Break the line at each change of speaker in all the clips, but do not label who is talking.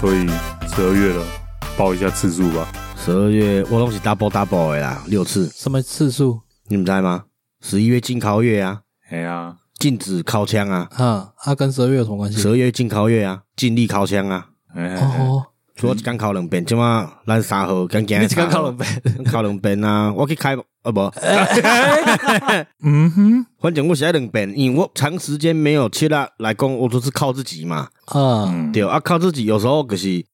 所以十二月了，报一下次数吧。
十二月我拢是 double double 的啦，六次，
什么次数？
你们猜吗？十一月禁烤月啊，
哎呀，
禁止烤枪啊，
啊，啊，跟十二月有什么关系
十？二月禁烤月啊，禁立烤枪啊。
哎呀，
哦，
除了一天烤两遍，即马咱三号刚今
你
日
刚考了呗？
烤两遍啊，我去开呃无，
嗯哼，
反正我是爱两遍，因为我长时间没有吃啦，来讲我都是靠自己嘛。
啊，
嗯，
对啊，靠自己有时候就是，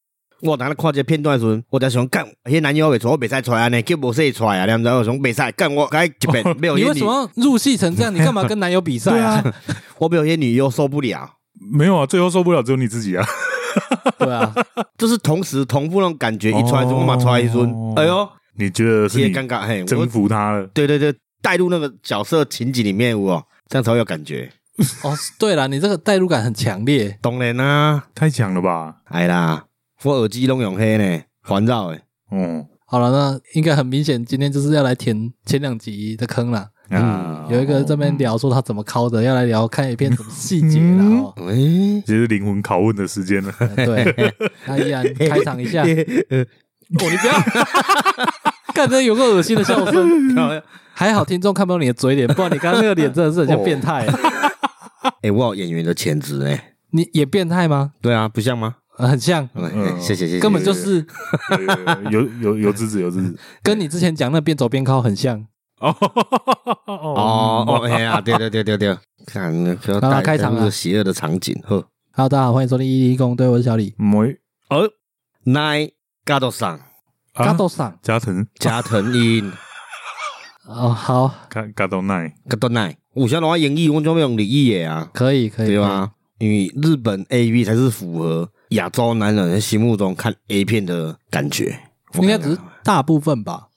我当咧看这片段的时阵，我才想干，迄男优袂错，我袂使出来安尼，叫无说出来啊，你毋知我想袂使干，我该一遍 没有
你为
迄
什
女，
么入戏成这样？你干嘛跟男友比赛啊？
我没有迄女优受不了，
没有啊，最后受不了只有你自己啊。
对啊，
就是同时同步那种感觉，一出来的时候我嘛出来一阵
哦，
哎呦，
你觉得是
些
你
尴尬嘿，我
征服他了？
对对对，带入那个角色情景里面有哦，这样才会有感觉。
哦，对了，你这个代入感很强烈。
当然啦、
太强了吧？
啊哎啦，我耳机拢用黑呢，环绕哎诶，
嗯
好了，那应该很明显，今天就是要来填前两集的坑啦。嗯
啊，
有一个这边聊说他怎么敲的，要来聊看影片什么细节啦。哦，呃
喂、
这是灵魂拷问的时间 了。
对，那依然开场一 下，哦，
欸，
你不要， 干这有个恶心的笑声。还好听众看不到你的嘴脸，不然你刚刚那个脸真的是很像变态。啊
哎，我有演员的潜质哎，
你也变态吗？
对啊，不像吗？
呃很像，
嗯，谢谢谢谢，
根本就是
有有有有支持有支持
跟你之前讲那边走边靠很像。
哦
哦
哦
哦，哎呀，对对对对对，看不要
好啦
带
开场
入
啦
邪恶的场景呵。
Hello，大家好，欢迎收听一一公对，我是小李。
没
而奈嘎多桑
嘎
啊
豆上
加藤
加藤鹰
哦，好，
嘎嘎到奈
嘎多奈，有啥拢爱英语，我就要用日语的啊，
可以，可以，
对吧？因为日本 A V 才是符合亚洲男人心目中看 A 片的感觉。啊
可以？应该只是大部分吧。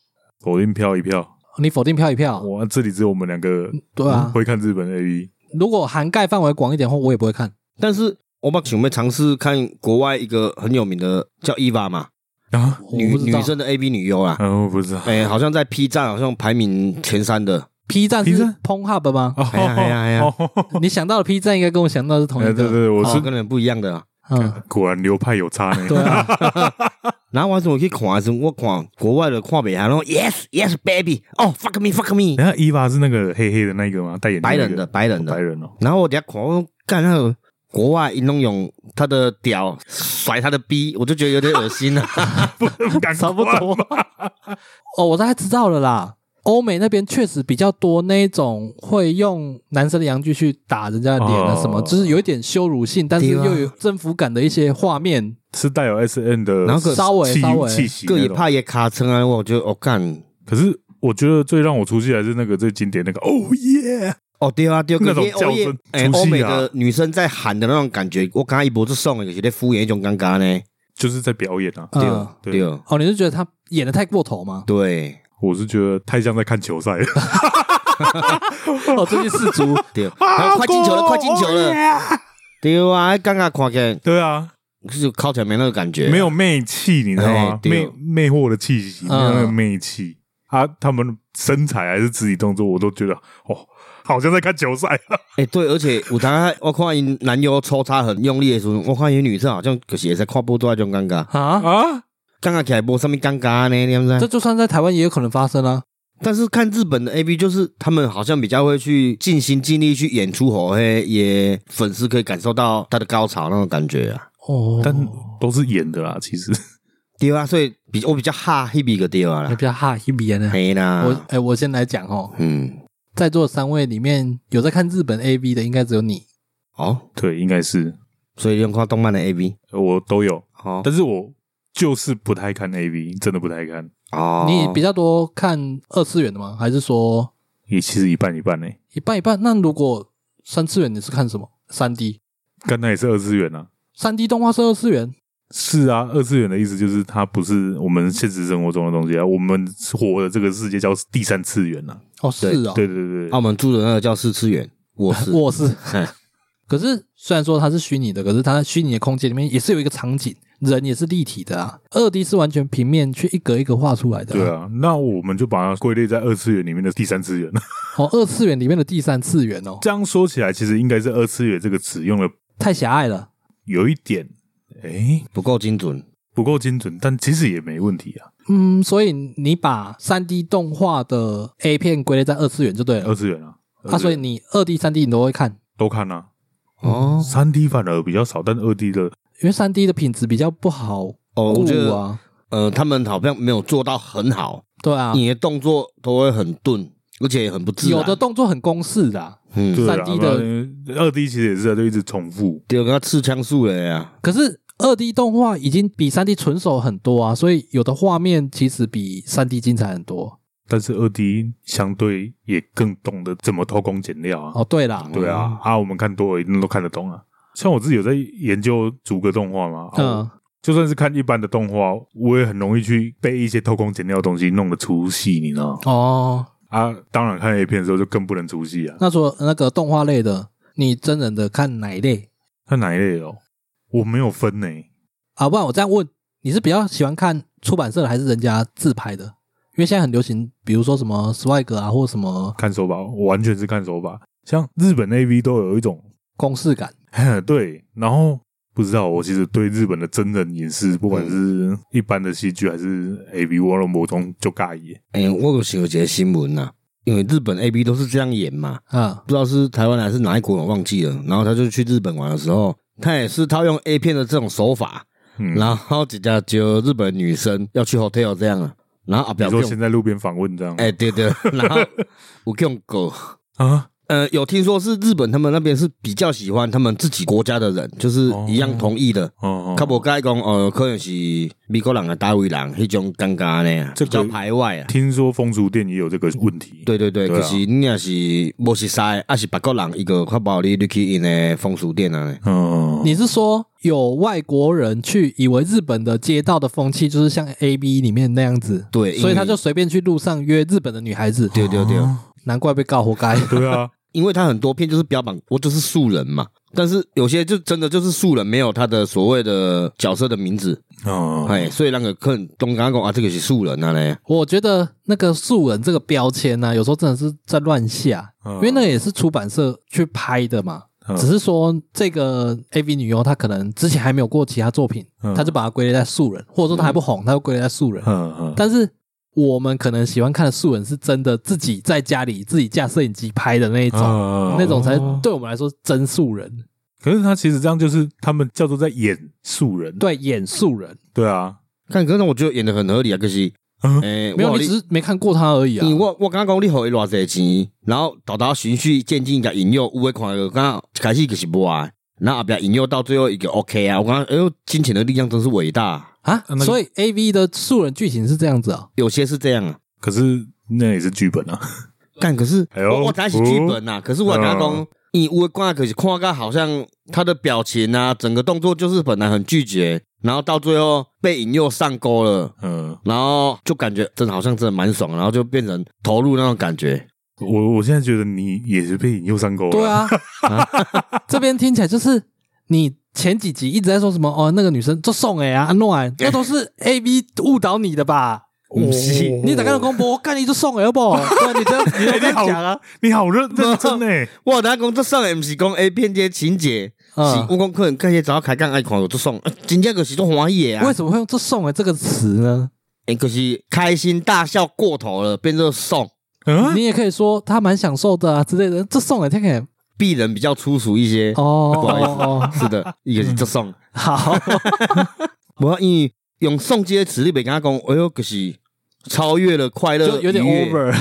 否定票一票，
你否定票一
哦
票，
哇，这里只有我们两个
对啊。
会看日本 A V，
如果涵盖范围广一点的话，我也不会看。
但是我把准备尝试看国外一个很有名的叫伊娃嘛，
啊，
我
女
不知道
女生的 A V 女优啦，
嗯，我不知道，
哎、好像在 P 站好像排名前三的，
P 站是
P 站
p o n h u b 吗？
哦
哎呀哎呀哎呀
哦
你想到的 P 站应该跟我想到的是同
哎
一
对对
个。
对，我
我是
是
跟人不一样的、啊。
嗯，
果然流派有差呢，
对啊，
然后我那时候去看的时候，我看国外的看北韩，然后 Yes Yes Baby，哦 Fuck me Fuck me，
等下伊娃是那个黑黑的那个吗？戴眼镜
白
那
人的
个
白人的
白。人哦，
然后我等下看，我说干那个国外一弄用他的屌甩他的逼，我就觉得有点恶心 了、啊。
赶
差不
快
多。哦，我大概知道了啦。欧美那边确实比较多那一种会用男生的阳具去打人家的脸啊，
哦
什么，就是有一点羞辱性，但是
对啊
又有征服感的一些画面，
是带有 S N 的
然后个
稍微
气
稍微
气息
个
那
也
种
怕也卡车啊，我就哦干，
可是我觉得最让我出戏还是那个最经典那个哦耶，
哦对啊对啊，
那种
个
叫声
欧耶哎
出戏啊
欧美的女生在喊的那种感觉，我刚刚一波就送了，有些在敷衍一种尴尬呢。
就是在表演啊。
对
嗯，
对
对？
哦，你是觉得他演的太过头吗
对
我是觉得太像在看球赛了，
哦，最近四足，
对，啊 快进球了快进球
哦
了，
耶
对啊，刚刚看起来
对啊，
就是靠起来没那个感觉，
没有媚气，你知道吗
啊哎？对
魅
哦
魅惑的气息，没有那个媚气。啊，他们身材还是肢体动作，我都觉得哦，好像在看球 赛啊。
哎、对，而且有当我看因男优抽插很用力的时候，我看因女生好像可是也在跨步都那种尴尬，
啊，
啊
尴尬起来无什么尴尬呢，你知不
这
知？
就算在台湾也有可能发生啊。
但是看日本的 A V，就是他们好像比较会去尽心尽力去演出吼嘿，也粉丝可以感受到他的高潮那种感觉啊。
哦，
但都是演的啦，其实。
对啊，所以比我比较哈黑比个对啊
你
啦
比，较哈一边呢。
嘿
我
啦，
哎，我先来讲哦，
嗯，
在座三位里面有在看日本 A V 的，应该只有你。
哦，
对，应该是
所以用看动漫的 A V，
我都有，
哦
但是我就是不太看 A V，真的不太看，
哦，
你比较多看二次元的吗？还是说
也其实一半一半呢、
一半一半？那如果三次元，你是看什么？三 D，
刚才也是二次元啊。
三 D 动画是二次元
是啊，二次元的意思就是它不是我们现实生活中的东西啊，我们活的这个世界叫第三次元啊。
哦，是哦，
对对对对，
澳门住的那个叫四次元，我 是
我是
嘿。
可是虽然说它是虚拟的，可是它在虚拟的空间里面也是有一个场景，人也是立体的啊。二 D 是完全平面去一格一格画出来的、
对，啊，那我们就把它归类在二次元里面的第三次元。
哦，二次元里面的第三次元哦，
这样说起来，其实应该是二次元这个词用的
太狭隘了。
有一点，哎，
不够精准。
不够精准，但其实也没问题啊。
嗯，所以你把三 D 动画的 A 片归类在二次元就对了
二次元啊，
啊，所以你二 D、三 D 你都会看，
都看啊。
哦
三 D 反而比较少，但二 D 的
因为三 D 的品质比较不好
哦，我觉
顾
得
啊，
呃，他们好像没有做到很好，
对啊，
你的动作都会很钝，而且很不自然。
有的动作很公式的啊，
嗯，
对啊，
3D 的
二 D 其实也是啊，就一直重复。
第二个刺枪术了呀，
可是二 D 动画已经比三 D 纯熟很多啊，所以有的画面其实比三 D 精彩很多。
但是二 D 相对也更懂得怎么偷工减料啊。
哦，对啦，
对啊，啊，我们看多了一定都看得懂啊。像我自己有在研究逐格动画嘛，啊
嗯，
就算是看一般的动画，我也很容易去被一些偷工减料的东西弄得出戏，你知道吗？
哦，
啊，当然看 A 片的时候就更不能出戏啊。
那除了那个动画类的，你真人的看哪一类
看哪一类哦？我没有分呢、
啊？不然我这样问，你是比较喜欢看出版社的还是人家自拍的？因为现在很流行，比如说什么 swag 啊，或什么
看手法，我完全是看手法。像日本 A V 都有一种
公式感，
对，然后不知道我其实对日本的真人影视，不管
嗯
是一般的戏剧还是 A V，我都某种就尬意。
哎、我有想到一个新闻呐、因为日本 A B 都是这样演嘛，
嗯，
不知道是台湾还是哪一国，我忘记了。然后他就去日本玩的时候，他也是套用 A 片的这种手法，
嗯，
然后人家就日本女生要去 hotel 这样啊，然后阿
比
表
如说现在路边访问这样，
哎、对对，然后我用狗。
啊，
呃，有听说是日本，他们那边是比较喜欢他们自己国家的人，就是一样同意的。
哦，
较无该讲，呃，可能是美国人啊、台湾人迄种尴尬呢，
这
比
个
较排外啊。
听说风俗店也有这个问题。，
对对对，
对
可
啊
是你若是无熟悉，啊是别国人伊个较无你入去因的风俗店啊呢。
嗯，
你是说有外国人去以为日本的街道的风气就是像 A B 里面那样子，
嗯
对
所以他
因为
就哦随便去路上约日本的女孩子，
对对对，
难怪被告，活该。
嗯对啊，
因为他很多片就是标榜我就是素人嘛，但是有些就真的就是素人，没有他的所谓的角色的名字，
哦
嗯，
哎，所以那个客人东刚讲啊，这个是素人啊呢。
我觉得那个素人这个标签呢、有时候真的是在乱下，
嗯
因为那也是出版社去拍的嘛。
嗯
只是说这个 A V 女优她可能之前还没有过其他作品，
嗯
她就把它归类在素人，或者说她还不红，她就归类在素人。
嗯嗯，
但是我们可能喜欢看的素人是真的自己在家里自己架摄影机拍的那一种，
嗯
那种才
哦
对我们来说是真素人，
可是他其实这样就是他们叫做在演素人。
对演素人，
对啊，
看，可是我觉得演的很合理啊，可是，
嗯
哎，
没
我
有你
给
只是没看过他而已啊。
因为我我刚刚讲你互伊偌济钱，然后导导循序渐进甲引诱，有诶看到刚刚一开始就是无啊，然后后壁引诱到最后一个 OK 啊，我刚刚哎呦，金钱的力量真是伟大，
啊
那，个
所以 A V 的素人剧情是这样子啊、
有些是这样啊，
可是那也是剧本啊。
但可是
哎呦
我我打是剧本啊，可是我刚刚
嗯
讲，因为有诶看可是看到好像他的表情啊，整个动作就是本来很拒绝，然后到最后被引诱上钩了。
嗯，
然后就感觉真的好像真的蛮爽，然后就变成投入那种感觉。
我我现在觉得你也是被引诱上钩了。
对，啊，这边听起来就是你前几集一直在说什么哦，那个女生就送哎啊，诺哎，那都是 A V 误导你的吧？
不是
哦
你打开了公播，干你就送哎，好不好？对，你这样你要这样讲啊，
你好认认真 欸呢。
我当讲这上的不是讲 A 片这些情节，
嗯
是我讲可能看些早开讲爱看有这爽，啊真正就是都欢喜的啊
为。什么会用“这送哎”这个词呢？
哎，可是开心大笑过头了，变成爽，
嗯
你也可以说她蛮享受的啊之类的，这送哎，听起来
鄙人比较粗俗一些。
哦哦哦，
是的，一个是这 爽，
好，
我因为用爽这些词你别跟他讲，哎呦，可是超越了快乐，
就有点
愉悦
over，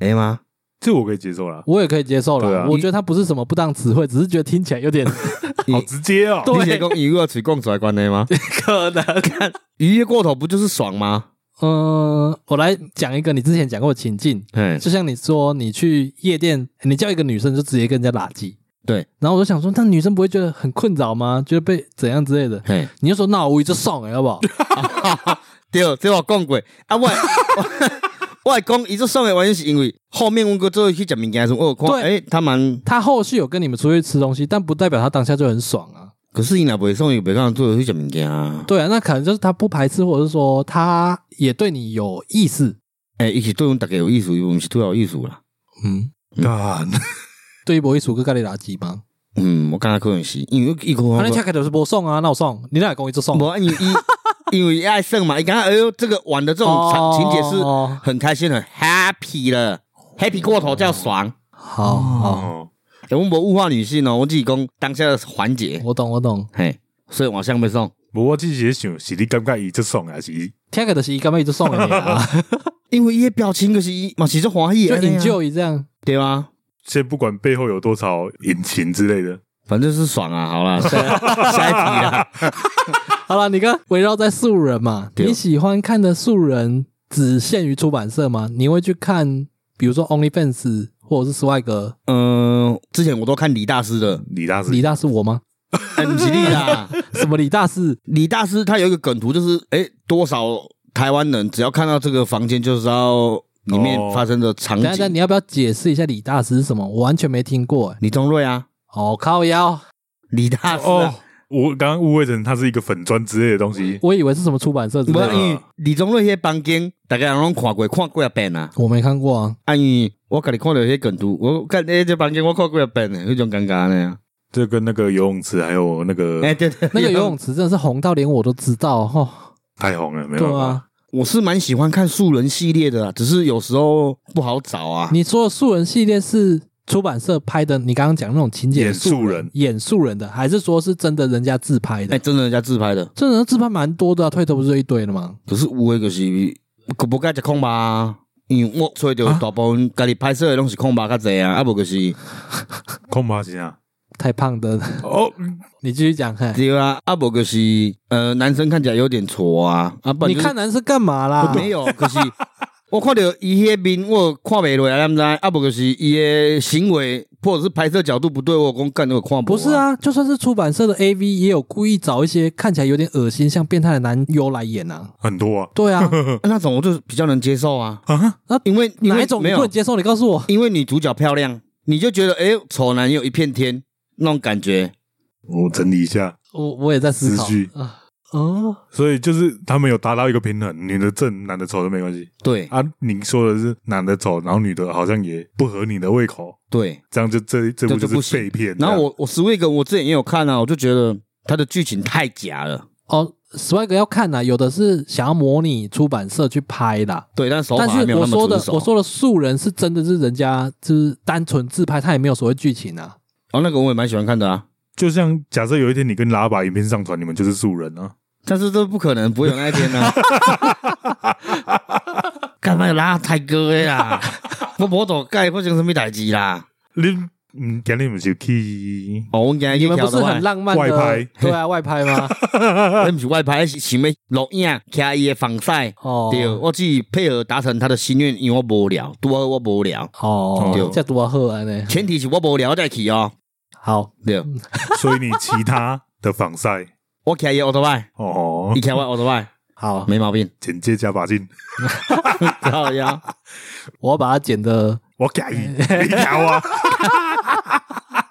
哎吗？
这我可以接受啦，
我也可以接受
对啊
了。我觉得它不是什么不当词汇，只是觉得听起来有点
好直接哦。
对
你是讲愉悦嘴讲出来关的 吗？
可能。
愉悦过头不就是爽吗？
嗯，我来讲一个你之前讲过的情境，
哎，
就像你说你去夜店，你叫一个女生就直接跟人家拉鸡，
对，
然后我就想说，那女生不会觉得很困扰吗？觉得被怎样之类的？
嘿，
你就说那我一直送、欸，好不好？
对，这我讲过啊，我的 我我的讲伊这送的原因是因为后面阮哥做去食物件的时候，我有看
对
诶、他蛮，
她后续有跟你们出去吃东西，但不代表她当下就很爽啊。
可是伊若袂送，伊袂讲做去食物件啊。
对啊，那可能就是她不排斥，或者是说她也对你有意思。
诶、伊是对阮逐个有意思，伊毋是对我有意思啦。
嗯，
干，
对于博一楚哥咖喱垃圾吗？
嗯，我感觉可能是因为伊可
啊，
能
你听。开头是不送啊，那我送，你哪讲一直送？
无，因为 伊因为伊爱胜嘛，伊感觉哎呦，这个玩的这种场情节是
哦
很开心、很 happy 了，happy 过头叫爽。
好好，
哦，
哎我们无物化女性哦，我自己讲当下的环节，
我懂我懂。
嘿，所以往向没送。
不过我自己也想，是你感觉伊这爽还是
听开头是伊干嘛一直送给你啊？
因为伊的表情就是伊嘛，其实欢喜
就
的那样
引咎一这样，
对啊吧？
先不管背后有多少隐情之类的，
反正是爽啊，好啦，下 下一题啦。
好了，你看围绕在素人嘛，
对
你喜欢看的素人只限于出版社吗？你会去看，比如说 OnlyFans 或者是 Swag？
嗯，之前我都看李大师的，
李大师
李大是我吗？
哎，不是你啦，
什么李大是？
李大师他有一个梗图，就是哎、诶多少台湾人只要看到这个房间，就知道里面
哦
发生的场
等一下，等一下
景。
你要不要解释一下李大师是什么？我完全没听过、欸。
李宗瑞啊，
哦，靠腰，
李大师、啊
哦，，我刚刚误会成它是一个粉砖之类的东
嗯
西，
我以为是什么出版社之
无、
类
因
的，
为李宗瑞迄房间，大家人拢看过，看过一遍啊。
我没看过啊。
啊，因为我家己看到迄梗图，我看诶这房间我看过一遍的，迄种尴尬呢。
这跟那个游泳池还有那个
哎、对对
那个游泳，池真的是红到连我都知道哈、哦，
太红了，没
对
办法。
啊，
我是蛮喜欢看素人系列的啊，只是有时候不好找啊。
你说的素人系列是出版社拍的，你刚刚讲那种情节的
演素人
人演素人的，还是说是真的人家自拍
哎、
的？
真的人家自拍的，
真的自拍蛮多的啊，推特不是一堆的吗？
可是有诶就是可不该食空吧？因为我揣
啊
着大部分家己拍摄的拢是空吧较济啊，啊无就是
空巴行啊，
太胖的，
哦，
你继续讲。嘿
对啊，啊无就是呃男生看起来有点挫啊，啊不然
你
就是
看啊男生干嘛啦？
没有，可是 我看到伊迄面我看袂落来，你知道吗？啊无就是伊的行为或者是拍摄角度不对，我讲干我看不
不是，啊，就算是出版社的 AV，也有故意找一些看起来有点恶心、像变态的男优来演啊。
很多啊
对啊，
啊那种我就比较能接受啊，
啊，
因为 因
哪
为
一种
没
你
有
不能接受？你告诉我。
因为女主角漂亮，你就觉得哎丑男有一片天那种感觉。
我整理一下，
我我也在思考
思绪。
啊哦，
所以就是他们有达到一个平衡，女的正，男的丑都没关系
对
啊。你说的是男的丑，然后女的好像也不合你的胃口，
对，
这样就这这部
这就不
是
行
被骗。
然后我我 Swig 我之前也有看啊，我就觉得它的剧情太假了，
哦，swag 要看啦，有的是想要模拟出版社去拍啦。
对，但手法
但
还没
是
有
我
那
说
么
的
纯熟。
我说的素人是真的是人家就是单纯自拍，他也没有所谓剧情啊。
哦，那个我也蛮喜欢看的啊，
就像假设有一天你跟拉把影片上传，你们就是素人啊。
但是这不可能，不会有那一天 啊。干嘛拉泰哥的 啦？我无大概发生什么代志啦？
你嗯，今天不是去
哦，我们今天
你们
去
不
跳
是
的
很
外，
浪漫的
外拍
对啊，外 拍吗？
咱不是外拍，是想要录影，徛伊的防晒。
哦，
对，我自己配合达成他的心愿，因为我无聊，拄好我无聊。
哦
对，
这多好啊呢。
前提是我无聊再去哦。
好，
对，
所以你其他的防 晒
我徛伊奥特曼，
哦
伊，徛我奥特曼，
好，
没毛病。
简介加把劲，
好呀。
我要把它剪的
我改 你你条啊，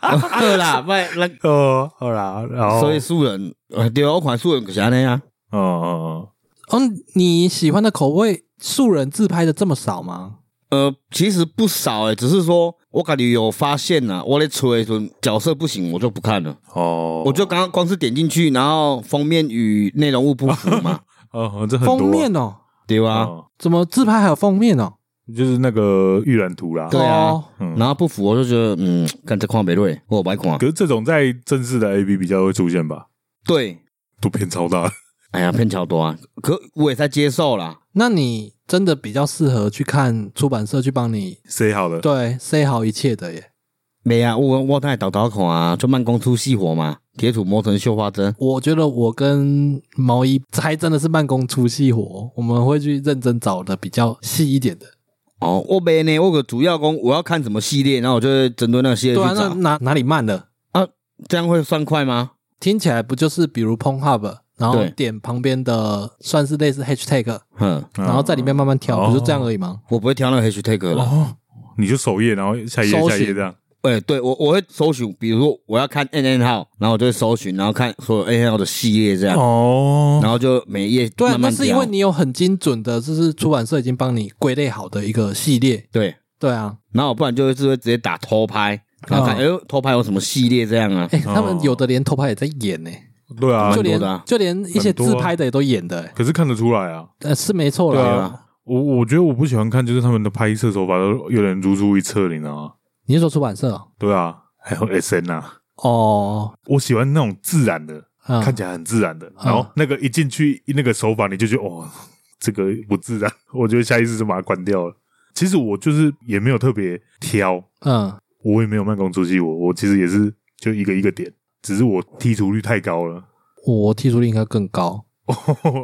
好啦，卖那
哦，好啦，然后
所以素人，呃对啊，我看素人就是安尼啊，
嗯嗯
哦，你喜欢的口味，素人自拍的这么少吗？
呃，其实不少诶、只是说我感觉有发现呐、我咧吹的时阵角色不行，我就不看了，
嗯，哦，
我就刚刚光是点进去，然后封面与内容物不符 嘛，
哦，这很多啊
封面哦，
对吧、啊？
哦
怎么自拍还有封面哦？
就是那个预览图啦。
对啊
哦
嗯
然后不符，我就觉得嗯，看这看不对，我白看
可。是这种在正式的 A P 比较会出现吧，
对，
图片超大，
哎呀，骗桥多啊，可我也在接受啦。
那你真的比较适合去看出版社去帮你
谁好了？
啊
对塞好一切的耶。
没啊，我我太倒倒看啊，就慢工出细活嘛，铁杵磨成绣花针。
我觉得我跟毛衣还真的是慢工出细活，我们会去认真找的比较细一点的。
哦，我没呢，我个主要工我要看什么系列，然后我就会针对那个系列
对
去
啊，
找。
那哪哪里慢了？
这样会算快吗？
听起来不就是比如 p o n Hub，然后
对
点旁边的算是类似 hashtag，
哼，
嗯
然后在里面慢慢挑，
哦
不就这样而已吗？
我不会挑那个 hashtag 了。
哦，你就首页，然后下一页
搜
下
寻
一页这样。
哎、对我我会搜寻，比如说我要看 N N 号，然后我就会搜寻，然后看所有 N N 号的系列这样，
哦，
然后就每一页
对啊
慢，慢
那
挑。
是因为你有很精准的，就是出版社已经帮你归类好的一个系列。
对，
对啊，
然后不然就是会直接打偷拍，然后看，
嗯
哎呦，偷拍有什么系列这样啊？
哎、他们有的连偷拍也在演呢、
对啊
就，
蛮
连
多的啊
就连一
很
些
多啊
自拍的也都演的、欸，
可是看得出来啊。
呃，是没错
对
啦。
啊我我觉得我不喜欢看，就是他们的拍摄手法都有点如出一辙，你知道吗？
你是说出版社哦
对啊，还有 S N 啊，
哦？
我喜欢那种自然的，
嗯
看起来很自然的，然后那个一进去那个手法，你就觉得哦，这个不自然， 我觉得下意识就把它关掉了。其实我就是也没有特别挑，
嗯，
我也没有慢工出细活，我其实也是就一个一个点，只是我剔除率太高了。
我剔除率应该更高。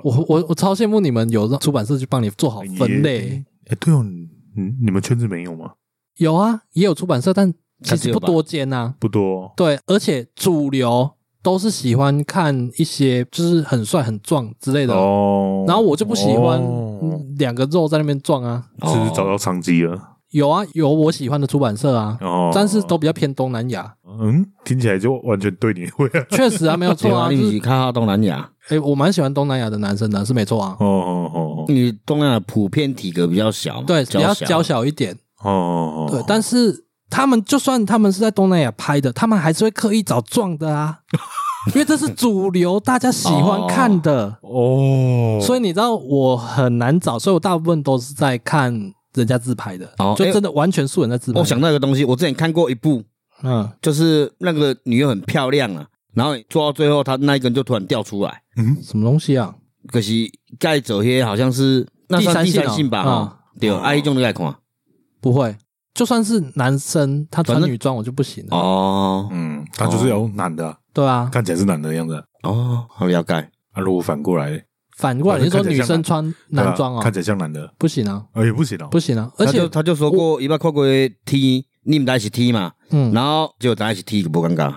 我我我超羡慕你们有让出版社去帮你做好哦 分类。
哎，对哦，你你你们圈子没有吗？
有啊，也有出版社，但其
还是
实
有
不
吧
多见呐、
不多哦，
对，而且主流都是喜欢看一些就是很帅、很壮之类的。
哦
然后我就不喜欢
哦
嗯两个肉在那边撞啊。
只是找到商机了。
有啊，有我喜欢的出版社啊，
哦，
但是都比较偏东南亚。
嗯，听起来就完全对你会啊
确实啊，没有
对
错
啊，
啊。就
你
是
是看到东南亚，
哎、我蛮喜欢东南亚的男生的，是 没错啊。
哦哦哦哦
你东南亚普遍体格比较小嘛，
对，比较
小，
娇小一点。
哦哦，
对，但是他们就算他们是在东南亚拍的，他们还是会刻意找壮 的啊，因为这是主流，大家喜欢看的。
哦，
所以你知道我很难找，所以我大部分都是在看人家自拍的，
哦
哎
就真的完全素人在自拍。
我想到一个东西，我之前看过一部，
嗯，
就是那个女优很漂亮啊，然后做到最后，她那一根就突然掉出来，
嗯，
什么东西啊？
可是盖走些好像是那算
第
第
三性哦
三性吧，哈对，
哦
阿姨中的盖看
不会，就算是男生他穿
反正
女装，我就不行了。
哦
嗯，他就是有男的啊，
对啊，
看起来是男的样子啊。
哦，好了解，
啊，如果反过来，
反过来你说
看起来
女
像
生穿
对啊
男装哦
看，起来像男的，
不行啊，
哎，也不行哦
不，行啊，而
她就
且
她就说过，一般看过 T，你们在一起 T 嘛，
嗯，
然后结果在一起 T 就不尴尬，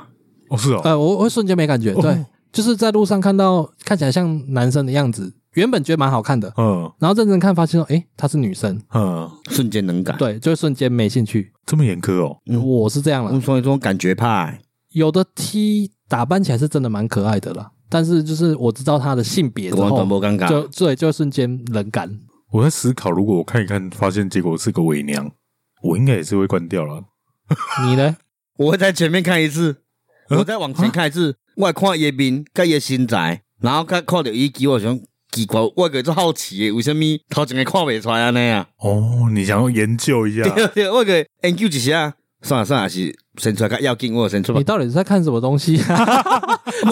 哦是哦，
呃，我我会瞬间没感觉，
哦
对，就是在路上看到看起来像男生的样子，原本觉得蛮好看
哦
的，
嗯
然后认真看发现说，诶，她是 女生，
嗯，
瞬间能感，
对，就会瞬间没兴趣。
这么严苛哦，
嗯
我是这样
我
了，
说一种感觉派，
有的 T 打扮起来是真的蛮可爱的啦，但是就是我知道她的性别之
我
后
完全，不尴
就
尬，
对，就会瞬间冷感。
我在思考，如果我看一看，发现结果是个伪娘，我应该也是会关掉了。
你呢？
我会在前面看一次，
嗯
我再往前看一次，我会看伊面，甲伊身材，然后甲看到伊肌，我想奇怪，我个做好奇的，为什么头前个看袂出来安尼啊？
哦，你想要研究一下
对啊对，我个研究一下，啊算了算了，是先出来较要紧，我有先出
你
来。
到底是在看什么 东西、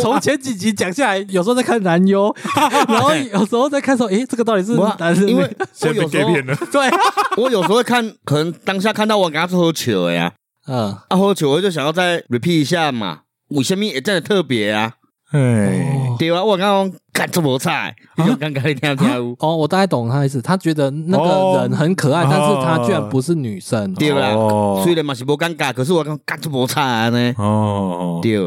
从前几集讲下来，有时候在看男优， 然后有时候在看说，诶，这个到底是
我啊
男生？
因为我
现在
有
被
时
gay
候
骗了，
对啊，
我有时候会看，可能当下看到我跟他是好笑的呀、
嗯。
啊，啊好笑我就想要再 repeat 一下嘛，为什么会这么特别啊？
哦
哎，
对啊，我刚刚干这么菜，你就尴尬你听听有。
哦，我大概懂他的意思，他觉得那个人很可爱，
哦
但是他居然不是女生。
对啦
哦
虽然嘛是无尴尬，可是我讲干这么菜安尼。
哦，
啊对，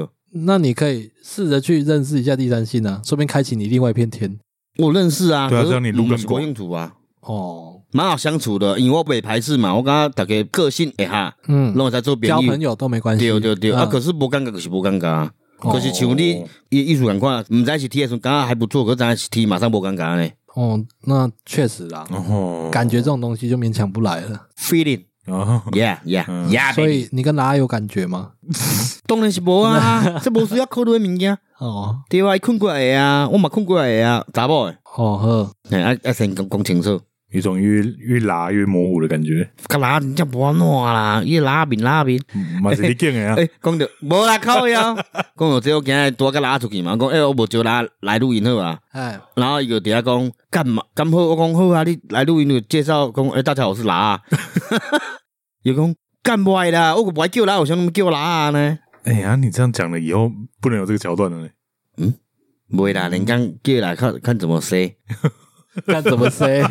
那你可以试着去认识一下第三性啊，顺便开启你另外一片天。
我认识啊，
对啊
可是
这样你路
不
更
是
广
国用途啊，
哦，
蛮好相处的，因为我被排斥嘛，我感觉大家个性会哈，
嗯，
拢会使做朋
交
友
朋。友都没关系。
对对对，啊，
嗯
可是无尴尬，就是无尴尬啊。
哦
可是像你艺艺术感看，毋知是 T 的时阵，感觉还不错，可是知是 T 马上无尴尬呢。
哦，那确实啦，
哦，
感觉这种东西就勉强不来了。
Feeling，yeah
哦，
yeah
嗯
yeah，
所以你跟拉拉有感觉吗？
当然是无 啊，这无需要考虑的物件。
哦
对啊，伊困过会啊，我嘛困过会啊，查某诶，
哦呵，
嘿啊啊先讲讲清楚。
有一种越越拉越模糊的感觉，
甲拉真正无安怎啊啦，伊拉面拉面。
嗯嘛是你见 的啊，
哎
诶，讲着无啦，靠呀！ 讲到这，我今日拄甲拉出去嘛，讲诶、欸，我无招拉来录音好啊。
哎，
然后伊就伫遐讲干嘛？干好？我讲好啊，你来录音就介绍讲诶、欸，大家好，我是拉、啊。 伊讲干不爱啦，我个不爱叫拉，我想么叫拉啊呢？
哎呀，你这样讲了以后不能有这个桥段了呢。
袂啦，人家叫来看看怎么说。啊
看怎 么 say？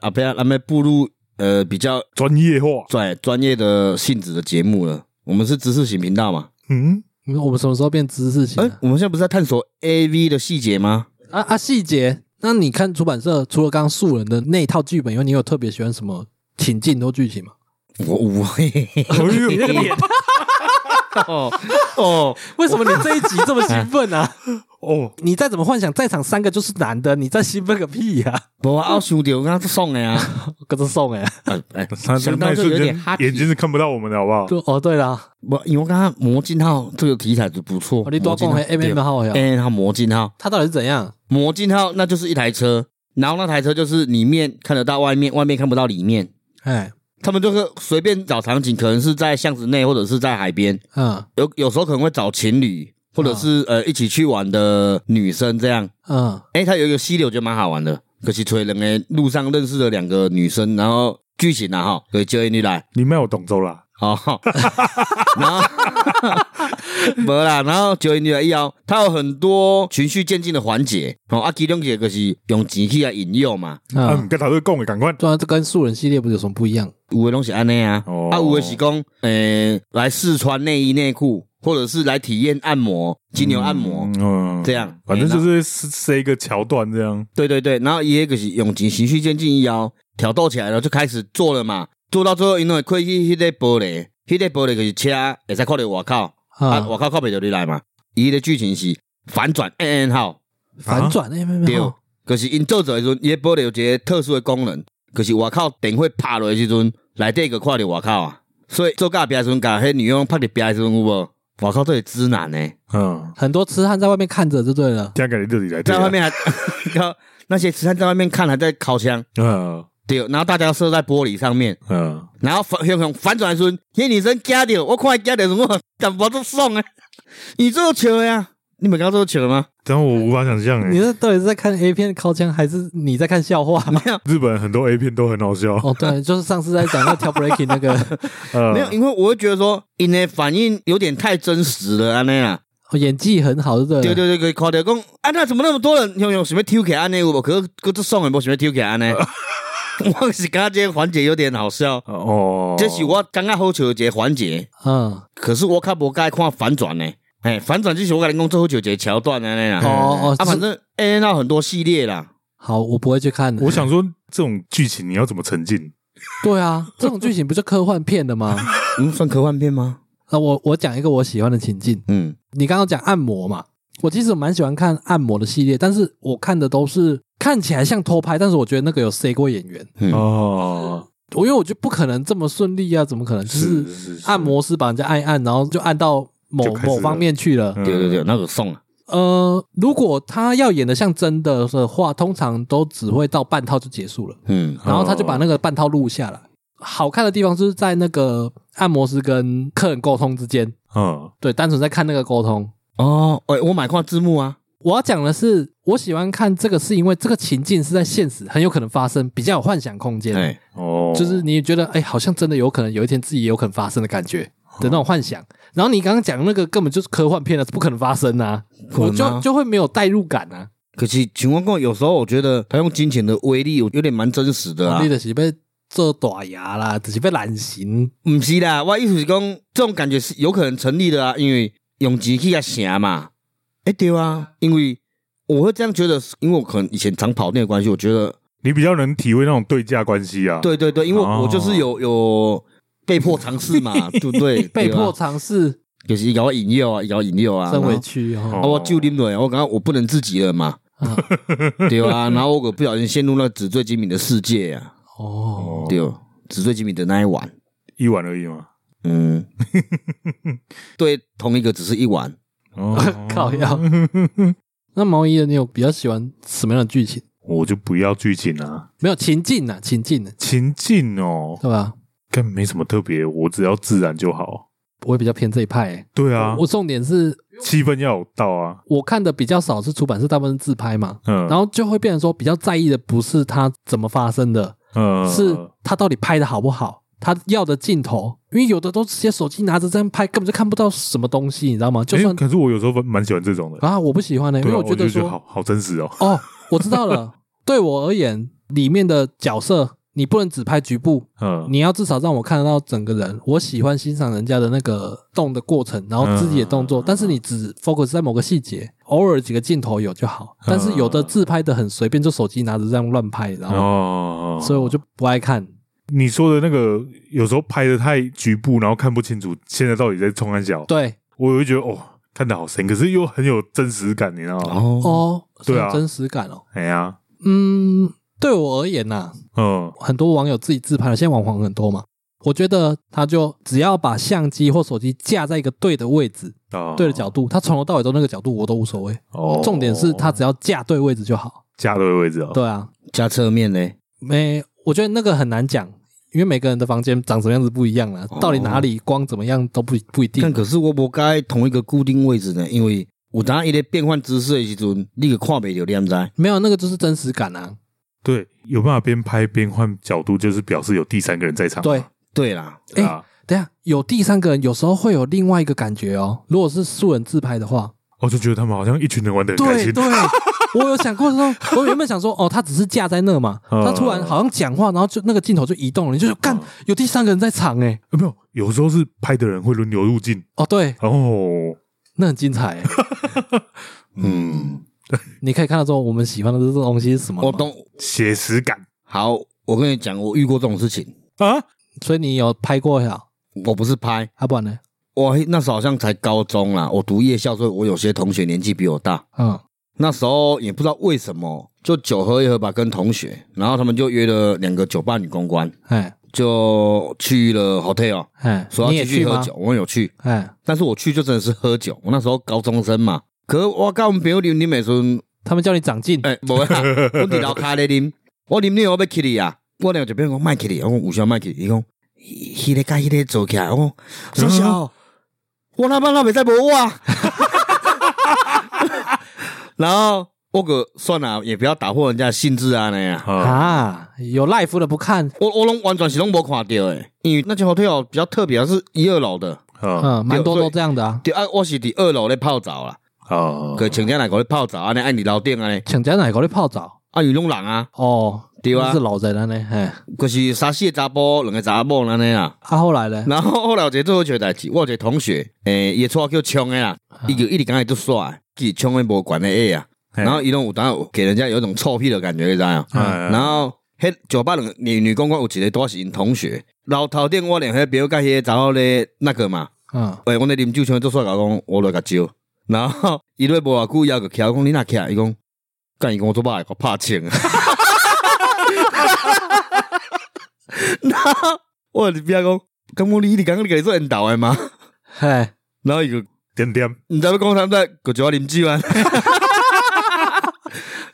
后壁咱们步入呃比较
专业化，
专专业的性质的节目了。我们是知识型频道嘛？
嗯，
我们什么时候变知识型
诶、
了？
我们现在不是在探索 A V 的细节吗？
啊啊，细节。那你看出版社除了刚刚素人的那一套剧本以外，你有特别喜欢什么情境或剧情吗？
我我嘿嘿嘿
哎呦，
哦哦，
哦
哎
为什么你这一集这么兴奋啊？
哦，
你再怎么幻想，在场三个就是男的，你再兴奋个屁呀、
无啊，我想着我刚刚 送的啊，
跟着送哎、
呃哎
他
想
那
到
一
就有
瞬
点
间
哈气
眼睛是看不到我们的，好不好？
对哦，对啦，
不，因为我刚刚魔镜号这个题材就不错
哦、，你多
魔镜
讲
号
回 M M 号呀，
对 M 号哎魔镜号，
他到底是怎样？
魔镜号那就是一台车，然后那台车就是里面看得到外面，外面看不到里面。
哎，
他们就是随便找场景，可能是在巷子内，或者是在海边，
嗯
有有时候可能会找情侣，或者是、
啊
呃一起去玩的女生这样。
嗯，
诶，他有一个系列我觉得蛮好玩的，可惜吹人诶，路上认识了两个女生，然后剧情啊哈，对，接你来，
你卖我董州啦，
好， 然后 没啦，然后九零年代以后，它有很多循序渐进的环节，哦，啊，其中一个就是用钱去来引诱嘛，
啊，
嗯
你跟他都讲的，赶快
对啊，这跟素人系列不是有什么不一样？
有的拢是安尼啊，
哦
啊，有的是讲，诶、来试穿内衣内裤，或者是来体验按摩，金牛按摩，
嗯
这样
反正就是塞塞一个桥段这样。
对对对，然后伊迄个是用钱循序渐进以后挑逗起来了，就开始做了嘛，做到最后，因为开去迄个玻璃，迄、个玻璃就是车会使靠着外口，啊，
啊，
外口靠袂着你来嘛，伊的剧情是反转 N N 号。
反转 M
对
M 号，
就是因做做的时阵，伊的玻璃有一个特殊的功能，就是外口电火拍落的时阵，内底个看着外口啊。所以做假壁的时阵，甲迄女佣拍伫壁的时阵有无？外口都是直男呢，
嗯，
很多痴汉在外面看着就对了。
这样感觉这里来
在外，面还 靠那些直男在外面看还在烤枪，
对啊
对，然后大家射在玻璃上面，
嗯嗯，
然后反向向反转的时阵，迄女生惊着，我看伊惊着的时候，我淡薄都爽啊！ 你做笑的呀？你们刚刚做笑的吗？
但我无法想象欸
你
诶，
是到底是在看 A 片靠枪，还是你在看笑话？
没有，
日本很多 A 片都很好笑，
哦，对，就是上次在讲那跳 breaking 那个，
呃
哦
嗯
没有，因为我会觉得说，因的反应有点太真实了，安尼啊。
哦演技很好，对不对？
对，对对，可以看到讲，啊，那怎么那么多人用用什么挑起来呢？我可可这送的无想要挑起来 呢？我是感觉这个环节有点好笑，
哦，
这是我刚刚好笑的一个环节。
嗯，
可是我较无该看反转呢，哎，反转就是我跟你讲最好笑的一个桥段安尼啦。
哦哦，
啊，
是
反正 A N 很多系列啦，
好，我不会去看的。
我想说这种剧情你要怎么沉浸？
对啊，这种剧情不就科幻片 的吗？
嗯，算科幻片吗？
那我我讲一个我喜欢的情境，
嗯，
你刚刚讲按摩嘛，我其实蛮喜欢看按摩的系列，但是我看的都是看起来像偷拍，但是我觉得那个有 C 过演员，
嗯
哦，
我因为我觉得不可能这么顺利啊，怎么可能？就是
是
按，摩师把人家按一按，然后就按到某
就开始了
某方面去了。
嗯
对对对，，那个送啊，
呃，如果他要演的像真的的话，通常都只会到半套就结束了，
嗯
哦
然后他就把那个半套录下来。好看的地方就是在那个按摩师跟客人沟通之间，
嗯
对，单纯在看那个沟通。
哦，哎，我买看字幕啊，
我要讲的是，我喜欢看这个，是因为这个情境是在现实很有可能发生，比较有幻想空间，
哎，
哦，
就是你觉得哎、好像真的有可能有一天自己也有可能发生的感觉的那种幻想。然后你刚刚讲那个根本就是科幻片了，不可能发生啊，我
可能啊
就就会没有代入感啊。
可是情况讲，有时候我觉得他用金钱的威力有有点蛮真实的啊
你。就是被做大牙啦，就是被懒型。
唔是啦，我意思是讲，这种感觉是有可能成立的啊，因为用钱去啊写嘛。哎、对啊，因为我会这样觉得，因为我可能以前常跑店的关系，我觉得
你比较能体会那种对价关系啊，
对对对，因为
哦
我就是有、有被迫尝试 嘛，对不对？
被
对吧
迫尝试，
就是一搞引诱啊，一搞引诱啊，
真委
然后
屈
哦
哦。
啊，我就啉落，我感觉我不能自己了嘛，
啊
对啊，然后我可不小心陷入那纸醉金迷的世界啊，
哦，
哦，
对，纸醉金迷的那一晚，
一碗而已嘛，
嗯， 对，同一个只是一晚，
哦
靠腰。那毛衣的你有比较喜欢什么样的剧情？
我就不要剧情啊，
没有情境啊，情境、啊，
情境哦，
对吧？
但没什么特别，我只要自然就好。
我也比较偏这一派、欸。
对啊，
我重点是
气氛要有到啊，
我看的比较少，是出版社大部分是自拍嘛，
嗯，
然后就会变成说比较在意的不是它怎么发生的，
嗯
是他到底拍的好不好，他要的镜头，因为有的都直接手机拿着这样拍，根本就看不到什么东西，你知道吗？就
诶
算
可是我有时候蛮蛮喜欢这种的，
啊，我不喜欢呢、因
对
为
啊，
我觉
就
得说
好，好真实哦，
哦，我知道了，对我而言，里面的角色你不能只拍局部，
嗯，
你要至少让我看得到整个人。我喜欢欣赏人家的那个动的过程，然后肢体的动作，
嗯
但是你只 focus 在某个细节，偶尔几个镜头有就好。
嗯
但是有的自拍的很随便，就手机拿着这样乱拍，然后，
哦，
所以我就不爱看。
你说的那个，有时候拍的太局部，然后看不清楚现在到底在冲安小，
对，
我就觉得哦，看得好深，可是又很有真实感，你知道吗？
哦，
哦，
对啊
是有真实感哦。
哎呀，
嗯，对我而言呐、
嗯，
很多网友自己自拍了，现在网红很多嘛。我觉得他就只要把相机或手机架在一个对的位置、
哦，
对的角度，他从头到尾都那个角度，我都无所谓。
哦，
重点是他只要架对位置就好。
架对位置哦，
对啊，
加侧面呢？
没，我觉得那个很难讲，因为每个人的房间长什么样子不一样啦，
哦
到底哪里光怎么样都不不一定
但。可是我无该同一个固定位置呢，因为有当伊咧变换姿势的时阵，你个看袂着，你毋知？
没有那个就是真实感啊，
对，有办法边拍边换角度，就是表示有第三个人在场嘛。
对。
对啦，
对啊，
等一下有第三个人，有时候会有另外一个感觉哦。如果是素人自拍的话，
我哦就觉得他们好像一群人玩的很开
对
心。
对，我有想过说，我原本想说，哦，他只是架在那嘛，
嗯
他突然好像讲话，然后就那个镜头就移动了，你就是干有第三个人在场哎、
有没有？有时候是拍的人会轮流入镜
哦对，
哦。
那很 精彩、欸。
嗯，
你可以看到说我们喜欢的这种东西是什么
我
吗，
懂。
写实感
好，我跟你讲，我遇过这种事情，
啊，
所以你有拍过呀？
我不是拍，
啊不然呢？
我那时候好像才高中啦，我读夜校，所以我有些同学年纪比我大。
嗯，
那时候也不知道为什么，就酒喝一喝吧，跟同学，然后他们就约了两个酒吧女公关，
哎
就去了 hotel，
哎，
说
你
要
也
继续
去
喝
吗？
酒。我有去，
哎，
但是我去就真的是喝酒。我那时候高中生嘛，可是我跟我们朋友啉啉的时阵，
他们叫你长进，
哎、无啦，我伫楼骹咧啉，我啉啉我要起你啊，我两个就朋友讲卖起你，我讲有啥卖起你，伊讲迄个甲迄个做起来，我
嗯
讲傻
哦
小，我那班那袂使无我啊，然后我个算了，也不要打破人家的兴致啊那样。
啊
啊，有 life 的不看，
我我拢完全是拢无看到诶，因为那间 hotel 比较特别，是一二楼的。
啊
嗯，蛮多都这样的啊。
对啊，我是伫二楼咧泡澡啦，
啊！
可请假来搞咧泡澡，安尼爱你楼顶安尼，
请家奶狗去泡澡
啊伊拢人啊，
哦，
对啊
那是老人了呢。哎，
可、就是三四个查甫，两个查某安尼啦。
啊后来 呢？
然后后来有一个做好笑代志，我有一个同学，诶、伊也错叫冲诶啦，伊就一直讲伊做帅，佮冲诶无关诶啊。
嘿
然后伊拢有当有给人家有一种臭屁的感觉，你知影？
嗯
哎
然后迄酒吧两个女女公关有一个多是因同学，老头顶我连迄朋友甲迄个查某咧那个嘛，
嗯，
诶、我咧啉酒冲做帅甲我讲，我来甲招。然后伊咧无偌久，伊也个徛我讲你若徛，伊讲，干伊讲我做歹，我拍枪。然后我伫边讲，敢讲你你讲你家己做引导诶吗？
嘿。
然后伊就。
点点
毋知要讲啥物，个就要啉酒啊！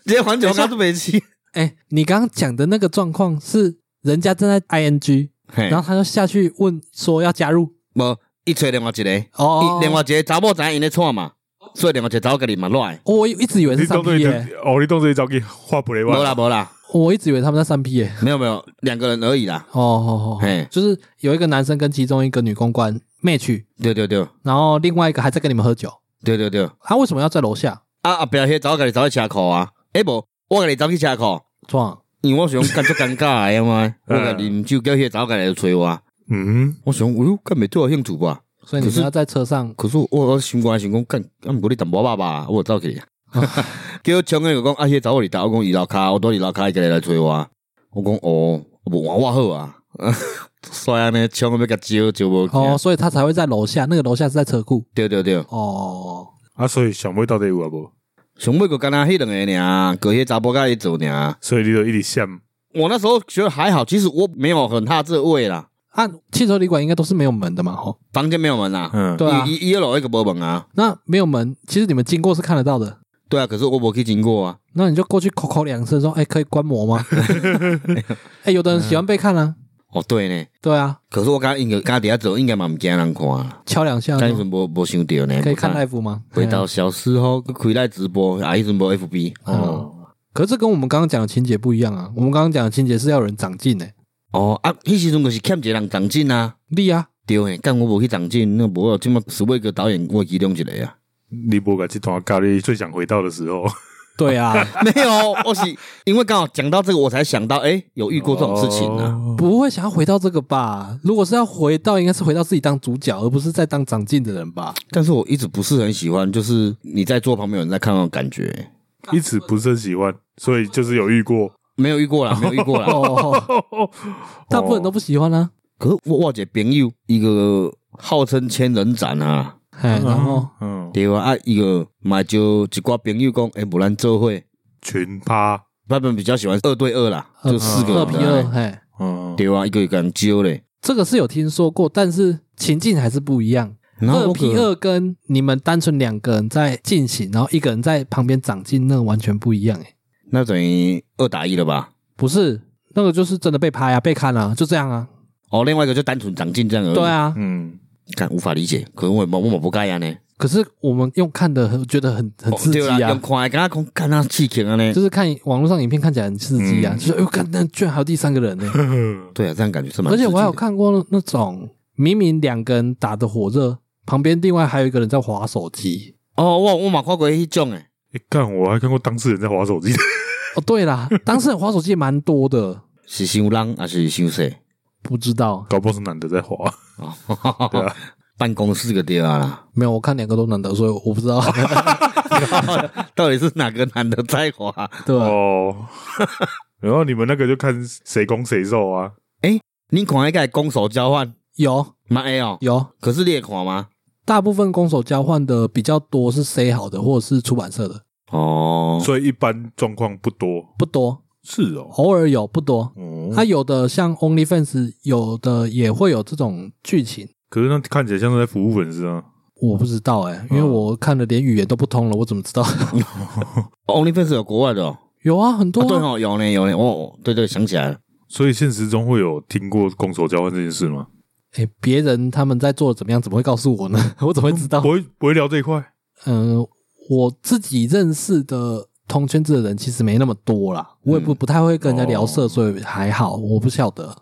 直接环球刚都没去，
哎、你刚刚讲的那个状况是人家正在 ing，
嘿
然后他就下去问说要加入
无伊找另外一个，伊
哦，
另外一个查某知影因咧创嘛，所以另外一个查某家己嘛乱，
哦我一直以为是
你
三
动这
P
一
耶、
哦，你动这一招给画不雷
无啦
完，
无啦，
我一直以为他们在三 P 耶、
没有没有，两个人而已啦。
哦哦哦，
嘿，
就是有一个男生跟其中一个女公关 match，
对对对
然后另外一个还在跟你们喝酒，
对对对，
他、为什么要在楼下
啊后壁迄个查某家己走去车库啊，诶无，我家己走去车库，
撞？
因为我想感觉尴尬 诶嘛，我家啉酒叫迄个查某家己找我，
嗯，
我想我又干没对我有兴趣吧，
所以你
可是啊
们要在车上
可是我我心肝想讲，干，啊，毋过你淡薄爸爸，我有走去。叫冲诶，就讲啊，迄个查某伫倒，我讲伊楼骹，我倒伫楼骹，伊个来找我。我讲哦，无换我好啊。 衰安尼冲诶要甲招招无
哦，
去。啊
所以他才会在楼下，那个楼下是在车库
对对对，
哦。
啊，所以小妹到底有啊不？
上尾个敢若迄两个尔，个迄查甫甲伊做尔。
所以你就一直想
我那时候觉得还好，其实我没有很怕这位啦，
啊，汽车旅馆应该都是没有门的嘛，吼。
房间没有门啦。
嗯，
对啊
一一一二楼一个无门啊。
那没有门，其实你们经过是看得到的。
对啊，可是我无去经过啊。
那你就过去扣扣两声，说：“哎、可以观 摩吗？”哎、有的人喜欢被看啊，
哦，对呢。
对啊，
可是我刚应该刚底下走，应该嘛毋惊人看啦。
敲两下
但迄
就
阵无无想到呢，
啊可以看
不知
live 吗？
回到小时候，佮开来直播，啊，迄阵无 FB 哦
嗯哦，可是这跟我们刚刚讲的情节不一样啊。我们刚刚讲的情节是要有人长进诶、
哦啊，迄时阵就是欠一个人长进啊，
力啊，
对诶，干我无去长进，那无即马史伟个导演我其中一个啊，
你不把这段咖喱最想回到的时候，
对啊，
没有，我是因为刚好讲到这个，我才想到，诶，有遇过这种事情啊，
哦
不会想要回到这个吧？如果是要回到，应该是回到自己当主角，而不是在当长进的人吧？
但是我一直不是很喜欢，就是你在坐旁边有人在看那种感觉，
一直不是很喜欢，所以就是有遇过，
没有遇过啦， 没有遇过啦，
哦， 大部分人都不喜欢啊。
可是我我有一个朋友一个号称千人斩啊，
嘿，然后
嗯，
对啊，啊伊个嘛就一寡朋友讲，诶、无咱做伙，
群趴，
他们比较喜欢二对二啦，就四个人
嗯
啊
二比二，嘿，
嗯，
对啊，一个一个人揪嘞。
这个是有听说过，但是情境还是不一样。
然后
二
我
比
个
二跟你们单纯两个人在进行，然后一个人在旁边长进，那个完全不一样欸诶、
那等于二打一了吧？
不是，那个就是真的被拍啊，被看啊，就这样啊。
哦，另外一个就单纯长进这样而已。
对，啊，
嗯，
看无法理解，可能我某某某不该呀呢，
可是我们用看的很觉得很很刺激
哦对啦
啊
用，看的，刚刚讲看他刺激啊呢
就，是看网络上影片看起来很刺激啊，
嗯
就是哎呦，看那居然还有第三个人 呢、
对啊，这样感觉是蛮
而
刺激
且
的。
我还有看过那种明明两个人打的火热，旁边另外还有一个人在划手机。
哦，我我嘛看过迄种诶，
诶干，我还看过当事人在划手机，
哦，对啦，当事人划手机也蛮多的，
是伤人还是伤势？
不知道
搞不好是男的在划，
哦，
对啊，
办公室个对啊啦，
没有，我看两个都难得，所以我不 知道。
到底是哪个男的在滑？
对吧，
哦， 然后你们那个就看谁攻谁受啊，
你看那个攻守交换
有
嘛会哦，
有，
可是你也看吗？
大部分攻守交换的比较多是 C 好的或者是出版社的，
哦，
所以一般状况不多，
不多，
嗯是哦，
偶尔有不多。
哦
它、有的像 OnlyFans 有的也会有这种剧情，
可是那看起来像是在服务粉丝啊，
我不知道哎、因
嗯
为我看了连语言都不通了，我怎么知道？
OnlyFans 有国外的哦，
有啊，很多
啊对
啊、
哦，有呢有呢，哦，对对，想起来了，
所以现实中会有听过攻守交换这件事吗？
哎、别人他们在做怎么样，怎么会告诉我呢？ 我怎么会知道
不？会不会聊这一块，
嗯、我自己认识的同圈子的人其实没那么多啦，我也不
嗯
不太会跟人家聊色，
哦
所以还好，我不晓得。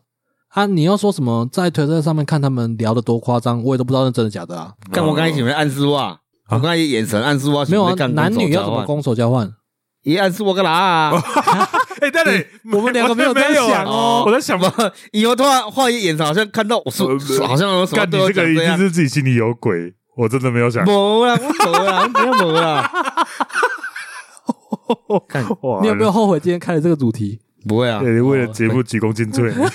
啊，你要说什么在推特上面看他们聊的多夸张，我也都不知道那真的假的啊。
但我刚才前面暗示我啊，我刚才眼神暗示我，
没有
想
啊
要，看
男女要怎
攻
么
守交换？
攻守交换？
一暗示我干啥啊？
哎，但是
我们两个没有
没啊
在想哦
我在想
什 么？以后突然换一眼神，好像看到我
呃
说，是好像有什么
干你
对我
这
讲
个一
这
定
样。
是自己心里有鬼，我真的没有想。
无啦，我无啦，我真的无啦，
哇
你有没有？后悔今天开了这个主题？
不会啊。
对，为了节目鞠躬尽瘁。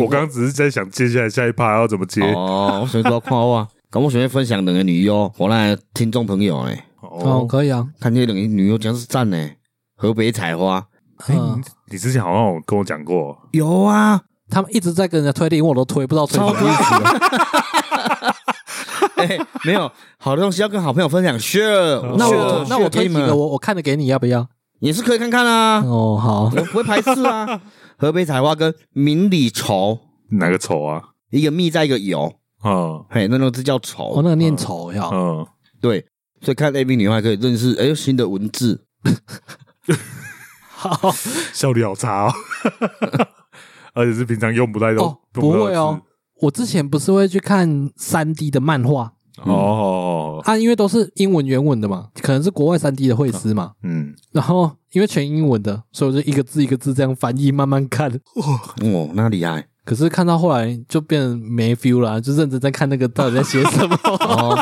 我刚刚只是在想，接下来下一趴要怎么接。
哦，我想说看我，咁我想要分享两个女优，我那听众朋友诶，
哦，可以啊，
看这两个女优真是赞呢。河北采花
哎
嗯
你，你之前好像有跟我讲过，
有啊，
他们一直在跟人家推令，我都推不知道推什么意思啊了。
哎、没有好的东西要跟好朋友分享，sure，
那
sure，
我那我
sure，给
推
你
几个，
们
我我看的给你要不要？
也是可以看看啊，
哦，好，
我不会排斥啊。河北采花跟明里愁，
哪个丑啊？
一个蜜在一个油，
嗯
嘿，那种字叫
我
愁，
哦那个念丑要。
嗯，
对，所以看 A B 女孩可以认识哎、新的文字，
好，
效率好差哦， 而且是平常用不太
哦
到，，
不会哦。我之前不是会去看三 D 的漫画
用不到的字。哦，
啊，因为都是英文原文的嘛，可能是国外三 D 的绘师嘛。
嗯，
然后因为全英文的，所以我就一个字一个字这样翻译，慢慢看。
哦，那厉害。
可是看到后来就变得没 feel 啦，就认真在看那个到底在写什么。
哦，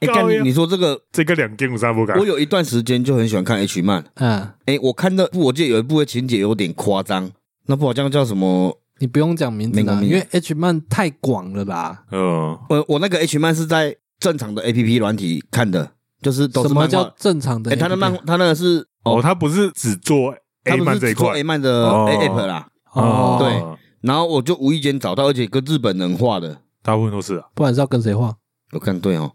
哎、
高
干你
呀
你说这个，
这个两件有啥不敢
我？有一段时间就很喜欢看 H 漫。
嗯，
哎、我看到我记得有一部的情节有点夸张，那部好像叫什么？
你不用讲名字
没关
啦，
系
因为 H 漫太广了啦。
嗯，
呃我我那个 H 漫是在正常的 A P P 软体看的，就是都
什
是
么
漫
叫
画。
正常的
哎、
APP？
他的漫他那个是
哦，他不是只做
他
A
们
漫这
是
一
做
块
A 漫的
哦
A App 啦。
哦，
对，然后我就无意间找到，而且跟日本人画的，
大部分都是啊。
不然是要跟谁画？
我看对 哦。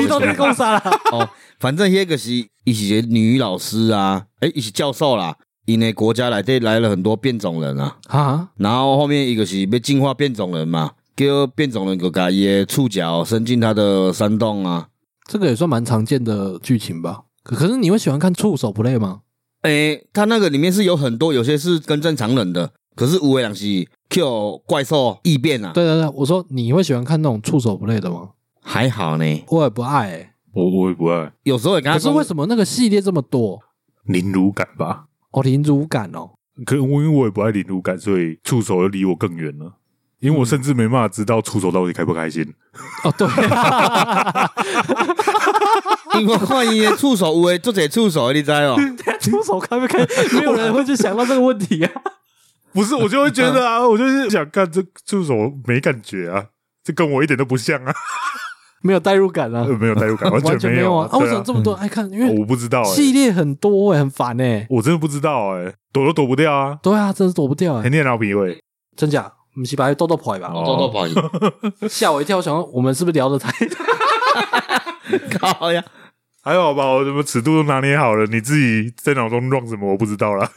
你都在共杀啦。
哦，反正迄个是伊是一个女老师啊，哎、伊是教授啦，因的国家来对来了很多变种人啊。
啊，
然后后面一个是被进化变种人嘛，叫变种人就把伊的触角伸进他的山洞啊。
这个也算蛮常见的剧情吧。可可是你会喜欢看触手 play 吗？
诶，他那个里面是有很多，有些是跟正常人的，可是无为人是 Q 怪兽异变啊。，
对对对，我说你会喜欢看那种触手 play 的吗？
还好呢。
我也不爱、欸。
我我也不爱
有时候也跟他
可是为
么？
什么那个系列这么多？
凌辱感吧，
哦，零主感哦，
可能因为我也不爱凌辱感，所以触手又离我更远了。因为我甚至没办法知道触手到底开不开心。
哦对、
因为我看伊的触手有诶，做者触手的，你知哦？
触手开不开？没有人会去想到这个问题啊。
不是，我就会 嗯 觉得啊，我就是想看这触手没感觉啊，这跟我一点都不像啊。
没有代入感啊
呃，没有代入感，
完全
没
有啊！啊，为
对
什么这么多人爱看？因为
哦我不知道，
系
哎，
列很多哎、很烦哎、
我真的不知道，哎，躲都躲不掉啊，
对啊，真是躲不掉哎、
很念老皮味，
真假？我们是把豆豆跑吧，
哦
多多跑去，
吓我一跳，想说我们是不是聊的太……
靠呀！
还好吧，我什么尺度都拿捏好了，你自己在脑中乱什么我不知道啦。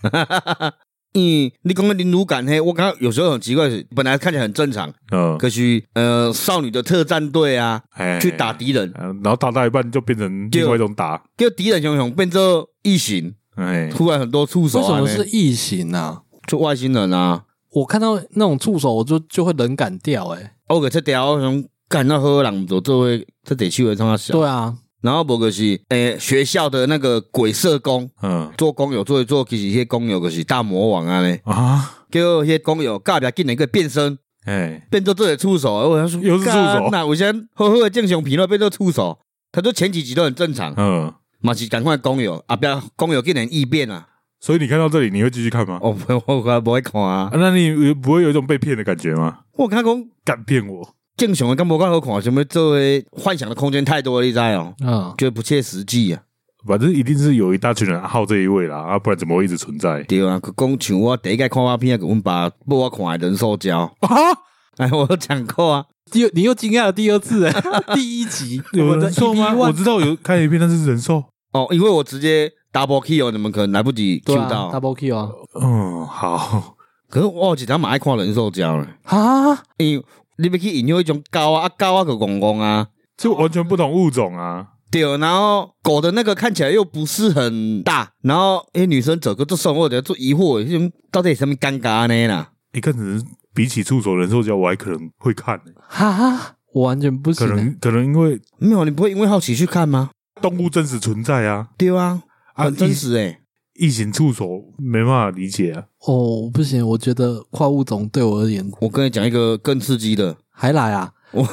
嗯，你讲的凌辱感嘿，我刚刚有时候很奇怪，是本来看起来很正常，
嗯，
可是呃，少女的特战队啊，
哎
去打，敌人，
嗯然后打到一半就变成另外一种打，
就敌人熊熊变成异形，
哎，
突然很多触手
为什
啊，呢
么是异形啊？
就外星人啊，
我看到那种触手，我就就会冷感掉哎、
我哦给这条我想干那荷兰做做为这得去为创他小，
对啊，
然后不就是诶、学校的那个鬼社工。
嗯
做工友做一做，其实迄工友就是大魔王啊咧，
啊，
结果迄工友隔壁竟然个变身，
哎，
变做这里触手，我想说
又是触手
那我先好好的正常皮了变做触手，可是前几集都很正常，
嗯，
嘛是赶快工友啊，不要工友竟然异变啊，
所以你看到这里，你会继续看吗？
我不我我不会看啊
啊，那你不会有一种被骗的感觉吗？
我看讲
敢骗我？
正常的敢无够好看，什么作为幻想的空间太多了，你知哦，
嗯，
觉得不切实际啊，
反正一定是有一大群人好这一位啦，啊，不然怎么会一直存在？
对啊，讲像我第一个看我片，给阮爸不我看的人兽交，
啊，
哎，我有讲过啊，
你又你又惊讶了第二次哎、 第一集
有
我的
人兽
EP
吗？我
one
知道有看一片，但是人兽。
哦，因为我直接 double kill，你们可能来不及 Q
对啊
到，
，double kill 啊
嗯，好，
可是我有一条嘛爱看人兽交咧。
啊！
因为你要去引诱一种狗啊，啊狗啊个公公啊，
就完全不同物种啊。
对，然后狗的那个看起来又不是很大，然后诶女生走个这送我的做疑惑，这种到底什么尴尬呢啦？
你看，可能比起触手人兽交，我还可能会看、欸，
哈哈，我完全不
可
行、欸。
能可能因为
没有，你不会因为好奇去看吗？
动物真实存在啊，
对啊，
啊，
很真实欸诶、
异。异形触手没办法理解啊，
哦，不行，我觉得跨物种对我而言
我跟你讲一个更刺激的，
还来啊，
我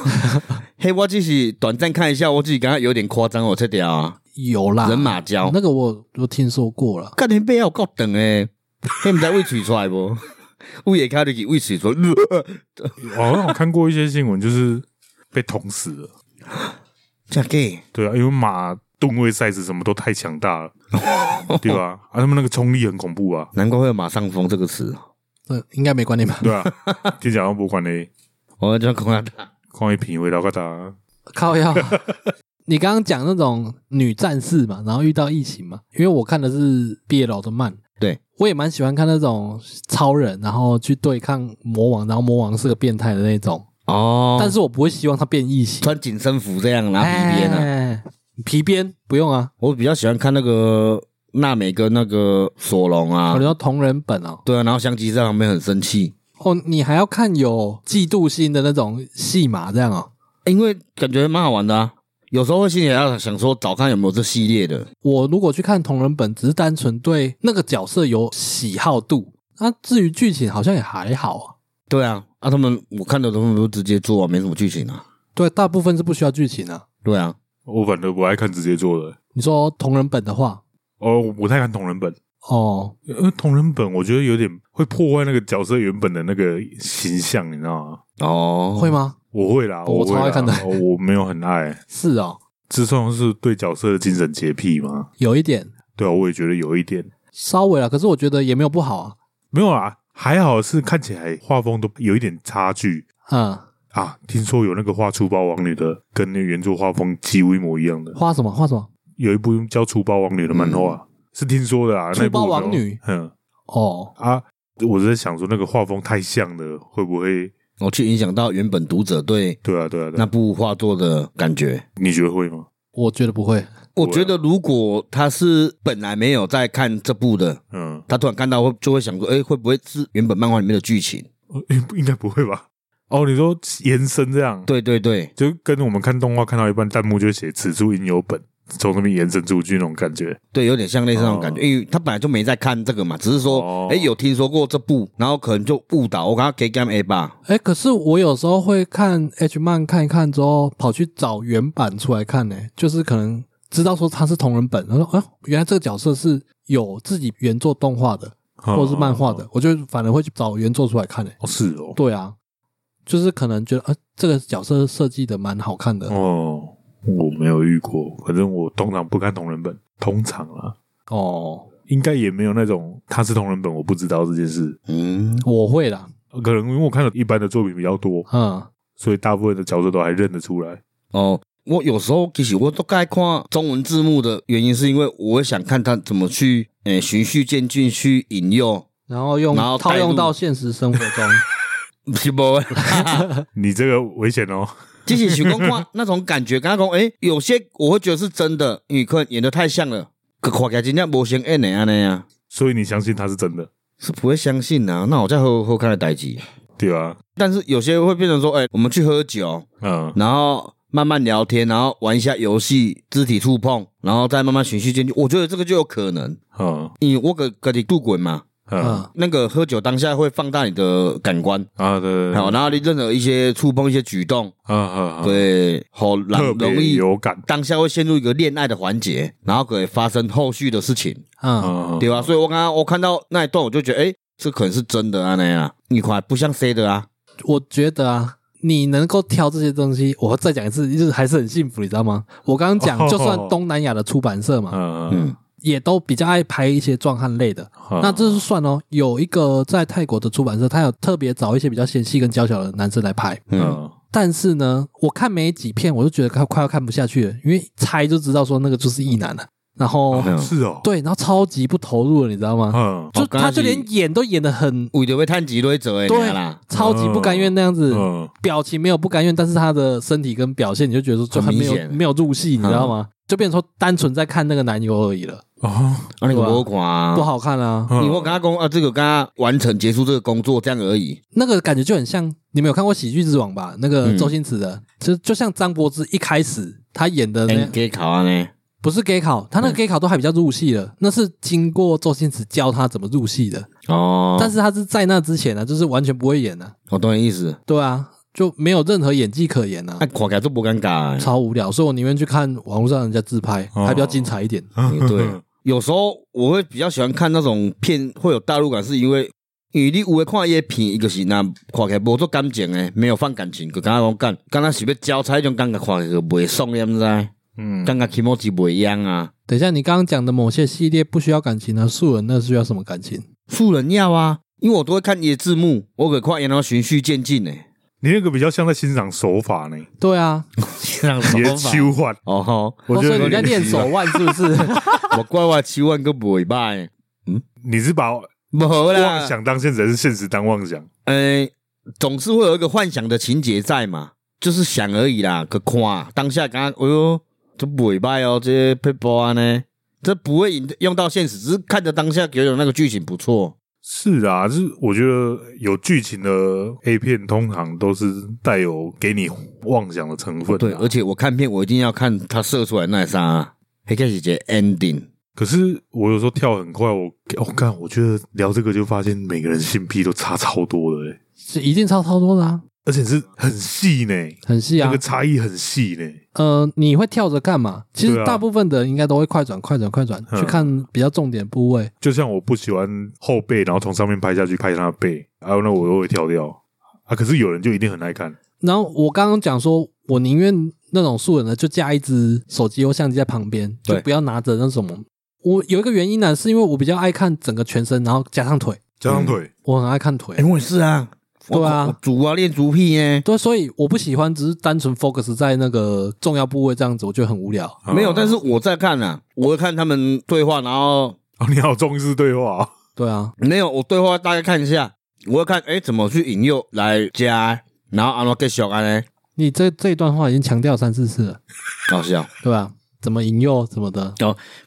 嘿，我只是短暂看一下，我自己刚刚有点夸张哦，这条啊，
有啦，
人马交，
那个我我听说过了，
干天背有够长诶，嘿，唔知胃取出来不？ 胃下骹入去，胃取出来，
我好像有看过一些新闻，就是被捅死了。
真假？
对啊，因为马吨位赛事什么都太强大了，对吧、啊？他们那个冲力很恐怖啊，
难怪会有“马上风”这个词。
嗯，应该没关联吧？
对啊，听讲博物馆的
我就恐吓他。
矿业品味老疙瘩，
靠药。你刚刚讲那种女战士嘛，然后遇到疫情嘛，因为我看的是 BL 的漫，
对
我也蛮喜欢看那种超人，然后去对抗魔王，然后魔王是个变态的那种，
哦
但是我不会希望他变异形，
穿紧身服这样拿皮鞭啊，
啊，皮鞭不用啊，
我比较喜欢看那个娜美跟那个索隆啊
我，聊同人本哦，
对啊，然后香吉在旁边很生气，
哦，你还要看有嫉妒心的那种戏码这样哦，
因为感觉蛮好玩的啊。有时候会心里要想说，找看有没有这系列的，
我如果去看同人本，只是单纯对那个角色有喜好度，那、至于剧情好像也还好啊。
对啊，啊，他们我看的他们都直接做啊，没什么剧情啊，
对，大部分是不需要剧情啊。
对啊，
我反正不爱看直接做的。
你说同人本的话，
哦，我不太看同人本，
哦，
因为同人本我觉得有点会破坏那个角色原本的那个形象，你知道吗？
哦，
会吗？
我会啦，
我
会啦
超爱看的
哦我没有很爱，
是哦，
这算是对角色的精神洁癖吗？
有一点
对啊，我也觉得有一点，
稍微啊，可是我觉得也没有不好啊。
没有啦，还好是看起来画风都有一点差距
嗯，
啊。听说有那个画《粗暴王女》的，跟那个原著画风几乎一模一样的，
画什么画什么？
有一部叫《粗暴王女》的漫画、是听说的啊。那
粗暴
部我
王女
没有嗯
哦，
啊，我是在想说那个画风太像了，会不会？
我去影响到原本读者对
对啊，对啊，对
那
啊
部画作的感觉。
你觉得会吗？
我觉得不会。
我觉得如果他是本来没有在看这部的，
嗯，
他突然看到会就会想说，哎、会不会是原本漫画里面的剧情？
呃应应该不会吧？哦，你说延伸这样，
对对对，
就跟我们看动画看到一半，弹幕就写“此处应有本”，从那边延伸出去那种感觉。
对，有点像类似那种感觉，
哦
因为他本来就没在看这个嘛，只是说，哎、
哦
有听说过这部，然后可能就误导。我刚刚给 game A 吧，
哎，可是我有时候会看 H 漫看一看之后，跑去找原版出来看呢、就是可能知道说它是同人本，然后说啊，原来这个角色是有自己原作
哦
动画的或者是漫画的，我就反而会去找原作出来看呢、
哦，是哦，
对啊，就是可能觉得啊，这个角色设计的蛮好看的哦
哦，我没有遇过，反正我通常不看同人本，通常啊，
哦
应该也没有那种他是同人本我不知道这件事，
嗯，
我会啦，
可能因为我看的一般的作品比较多，
嗯，
所以大部分的角色都还认得出来。
哦，我有时候其实我都该看中文字幕的原因，是因为我想看他怎么去诶、循序渐进去引诱，
然后用
然后带
套
入
用到现实生活中，
是不？
你这个危险哦，
即使许光看那种感觉，刚刚讲，诶、有些我会觉得是真的，因为可能演的太像了，可看起来真正无像演的安尼啊，
所以你相信他是真的，
是不会相信啊。那我在后后看的代志，
对吧、
但是有些会变成说，诶、我们去喝酒，
嗯，
然后慢慢聊天，然后玩一下游戏，肢体触碰，然后再慢慢循序渐进，我觉得这个就有可能，
嗯，
因为我个个己度滚嘛。
嗯，
嗯，
那个喝酒当下会放大你的感官，
啊，对对，对
好，，然后你任何一些触碰、一些举动，
啊啊，啊，
对，好
特
容容
别
易
有感，
当下会陷入一个恋爱的环节，然后可以发生后续的事情，
嗯，
嗯，
对吧？所以我刚刚我看到那一段，我就觉得，哎，这可能是真的啊，那样啊你看不像 C 的啊，
我觉得啊，你能够挑这些东西，我再讲一次，就是还是很幸福，你知道吗？我刚刚讲，
哦
就算东南亚的出版社嘛，
嗯，嗯，
嗯，
也都比较爱拍一些壮汉类的。
嗯
那这是算哦，有一个在泰国的出版社，他有特别找一些比较纤细跟娇小的男生来拍，
嗯，
嗯，
但是呢，我看没几片，我就觉得快快要看不下去了，因为猜就知道说那个就是异男了。然后
嗯
是哦，，
对，然后超级不投入了，你知道吗？
嗯，
就
哦刚
他
开始
就连演都演的很
为着被探几堆折哎，
对
你看啦，
超级不甘愿那样子，
哦
嗯，
表情没有不甘愿，但是他的身体跟表现，你就觉得说就
很
很没
明
有
显嗯
没有入戏，你知道吗？就变成说单纯在看那个男友而已了，
哦，
啊，你
对吧
不看啊，
不。好看啊。
嗯
你我跟他讲啊，这个跟他完成结束这个工作这样而已，
那个感觉就很像，你们有看过《喜剧之王》吧？那个
嗯
周星驰的，就就像张柏芝一开始他演的那
哎，给考啊呢？
不是 gay 考，他那个 gay 考都还比较入戏了，那是经过周星驰教他怎么入戏的，
哦，
但是他是在那之前呢、啊就是完全不会演啊，
我懂你意思，
对啊，就没有任何演技可言啊
啊，。看起来都不尴尬欸。
超无聊，所以我宁愿去看网络上人家自拍，
哦
还比较精彩一点。
也对，有时候我会比较喜欢看那种片会有代入感，是因为因为你有的看伊片，伊就是那看起来无做感情的，没有放感情，就敢讲干，敢若是要交差迄种感觉，看起来就袂爽，你知道吗？
嗯，
感觉起码是袂一样啊，
等一下，你刚刚讲的某些系列不需要感情啊，素人那需要什么感情？
素人要啊，因为我都会看伊的字幕，我可看伊然后循序渐进的，
你那个比较像在欣赏手法呢，
对啊，
让
别修换，
哦吼，
我觉
哦所
得
以
有
你在
点
练
奇怪
手腕是不是？
我怪我手腕个袂 歹，
你是把
无
妄
啊
啦，
想当现实，还是现实当妄想？
诶、呃总是会有一个幻想的情节在嘛，就是想而已啦，可看当下刚刚，哎呦，这袂歹哦，这些配播啊呢，这不会引用到现实，只是看着当下觉得那个剧情不错，
是啊，就是我觉得有剧情的 A 片，通常都是带有给你妄想的成
哦
分、啊。
对，而且我看片我一定要看他射出来那啥、啊，黑开始节 ending，
可是我有时候跳很快，我我看、干我觉得聊这个就发现每个人性癖都差超多的、欸，
是一定超超多的啊，
而且是很细呢、
很细
那
啊
个。差异很细呢、
呃，你会跳着看嘛？其
对
实
啊
大部分的人应该都会快转、快转、快转
嗯
去看比较重点部位。
就像我不喜欢后背，然后从上面拍下去拍他的背，还有那我都会跳掉啊。可是有人就一定很爱看，
然后我刚刚讲说，我宁愿那种素人的，就架一只手机或相机在旁边，就
对
不要拿着那什么。我有一个原因呢，是因为我比较爱看整个全身，然后加上腿，
加上腿，
我很爱看腿
哎、。我也是啊，我
对啊
我足啊练足癖呢。
对，所以我不喜欢，只是单纯 focus 在那个重要部位这样子，我觉得很无聊。
啊
没有，但是我在看啊，我会看他们对话，然后
哦，你好重视对话、哦，
对啊，
没有，我对话大概看一下，我会看哎怎么去引诱来加，然后安怎继续安呢？
你这这一段话已经强调三四次了，
搞笑，
对吧？怎么引诱什么的，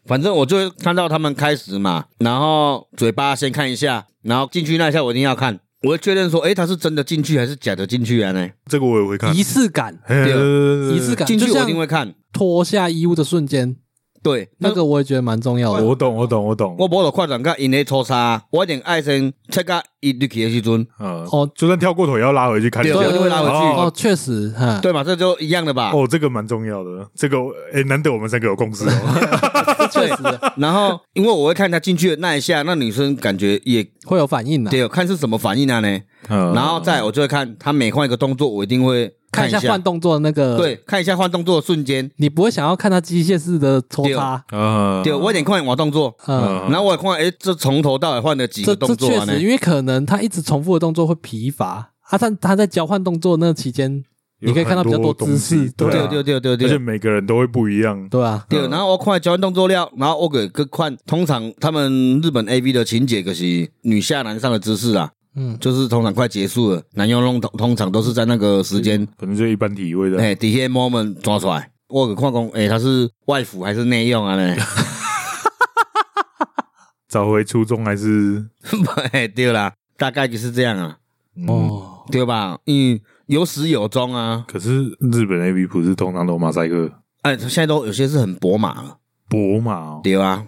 反正我就会看到他们开始嘛，然后嘴巴先看一下，然后进去那一下我一定要看，我会确认说哎他是真的进去还是假的进去啊呢？
这个我也会看。
仪式感，
啊
嘿对对对对对
仪式感，
进
就
去我一
像
定会看，
脱下衣物的瞬间，
对，
那个我也觉得蛮重要的。
我懂，我懂，我懂。
啊我无就看人家因咧粗沙，我一定爱先切到伊入去的时阵，
嗯，
哦
就算跳过腿也要拉回去看一
对
下。
我就会拉回去。
哦
哦，确实，哈，
对嘛，这就一样的吧。
哦，这个蛮重要的。这个哎，难得我们三个有共识
嗯
哦。
确实
然后，因为我会看他进去的那一下，那女生感觉也
会有反应的。
对，看是什么反应啊呢？
哦
嗯
然后再来我就会看他每换一个动作，我一定会
看
一
一下换动作的那个，，
对，看一下换动作的瞬间。
你不会想要看他机械式的抽插，
嗯
哦
对，我一点看我动作，
嗯，
嗯
然后我也看，哎，这从头到尾换了几
这
个
这
动作
确
啊呢
实，？因为可能他一直重复的动作会疲乏，啊，但他在交换动作那期间，
有
你可以看到比较
很多
姿
东
势
西，
对
对
啊
啊
对对对对
而且
对。
每个人都会不一样。
对啊，
对，然后我看交换动作了，然后我给个看，通常他们日本 A V 的情节，可是女下男上的姿势啊，
嗯，
就是通常快结束了，男优弄通通常都是在那个时
嗯
间，
可能就一般体位的。
哎，底下 moment 抓出来。我有看讲，哎，他是外服还是内用啊？呢，
找回初衷还是
哎，对啦，大概就是这样啊，
哦。
哦，
对吧？嗯，有始有终啊。
可是日本 A B 不是通常都马赛克
哎，现在都有些是很博马了，
博马哦，
对啊。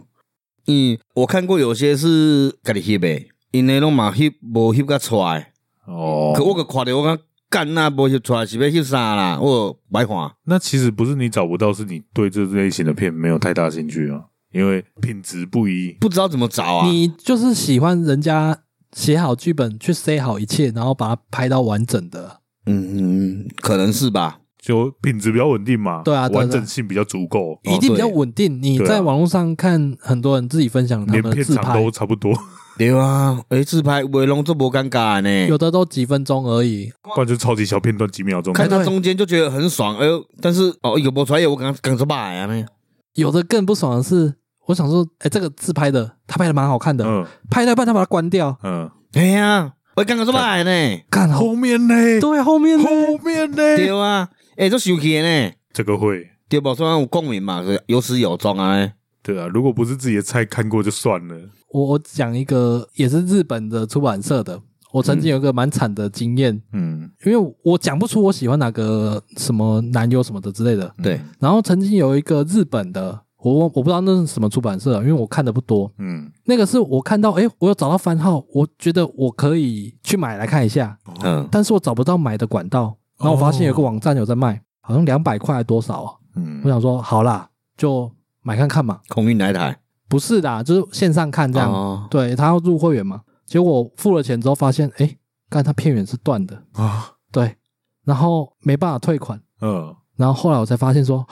嗯，我看过有些是家己翕的，因为拢嘛翕无翕甲出来，
哦
可我个看着我讲干那无翕出来是要翕啥啦？我白看。
那其实不是你找不到，是你对这类型的片没有太大兴趣啊，因为品质不一。
不知道怎么找啊！
你就是喜欢人家写好剧本，去塞好一切，然后把它拍到完整的，
嗯，嗯可能是吧。
就品质比较稳定嘛，
对啊对啊
完整性比较足够，
哦
一定比较
对
稳定。你
对啊
在网络上看很多人自己分享他
连
们的
片
自
长
拍
都，差不多，
对啊，诶，自拍围龙这波尴尬呢。
有的都几分钟而已，
不然就超级小片段，几秒钟。嗯
看到
对
中间就觉得很爽，哎呦！但是哦，有波出来，我刚刚说爸呀啊呢，
有的更不爽的是，我想说，哎，这个自拍的他拍的蛮好看的，
嗯
拍到一半他把它关掉，
嗯，
哎呀，我刚刚说爸呢，
看好，
后面呢？
对，啊后面呢
后面呢？
对啊，哎，都生气的呢，
这个会，
对吧？虽然有共鸣嘛，所以有始有终啊。
对啊，如果不是自己的菜，看过就算了。
我我讲一个也是日本的出版社的，我曾经有一个蛮惨的经验，
嗯，
因为我讲不出我喜欢哪个什么男优什么的之类的。
对，
然后曾经有一个日本的，我我不知道那是什么出版社，因为我看的不多。
嗯，
那个是我看到，诶，我有找到番号，我觉得我可以去买来看一下，
嗯，
但是我找不到买的管道。然后我发现有个网站有在卖，好像两百块还多少啊？
嗯
我想说，好啦，就买看看嘛。
空运来台
不是啦，就是线上看这样。
哦
对他要入会员嘛，结果我付了钱之后发现，哎，刚他片源是断的，
啊，
对，然后没办法退款，
嗯，
然后后来我才发现说，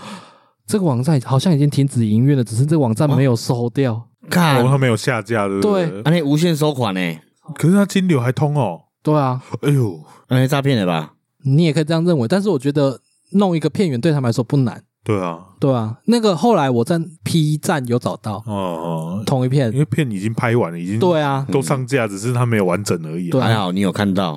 这个网站好像已经停止营运了，只是这个网站没有收掉，
看
哦，，他没有下架的，
对
安尼啊无限收款呢，
可是他金流还通哦，
对啊，
哎呦，
安尼诈骗了吧？
你也可以这样认为，但是我觉得弄一个片源对他们来说不难，
对啊，
对啊，那个后来我在 P 站有找到
哦哦，
同一
因
片，
嗯
为片已经拍完了，已经
对啊，
都上架，只是它没有完整而已、啊。
对
还好你有看到，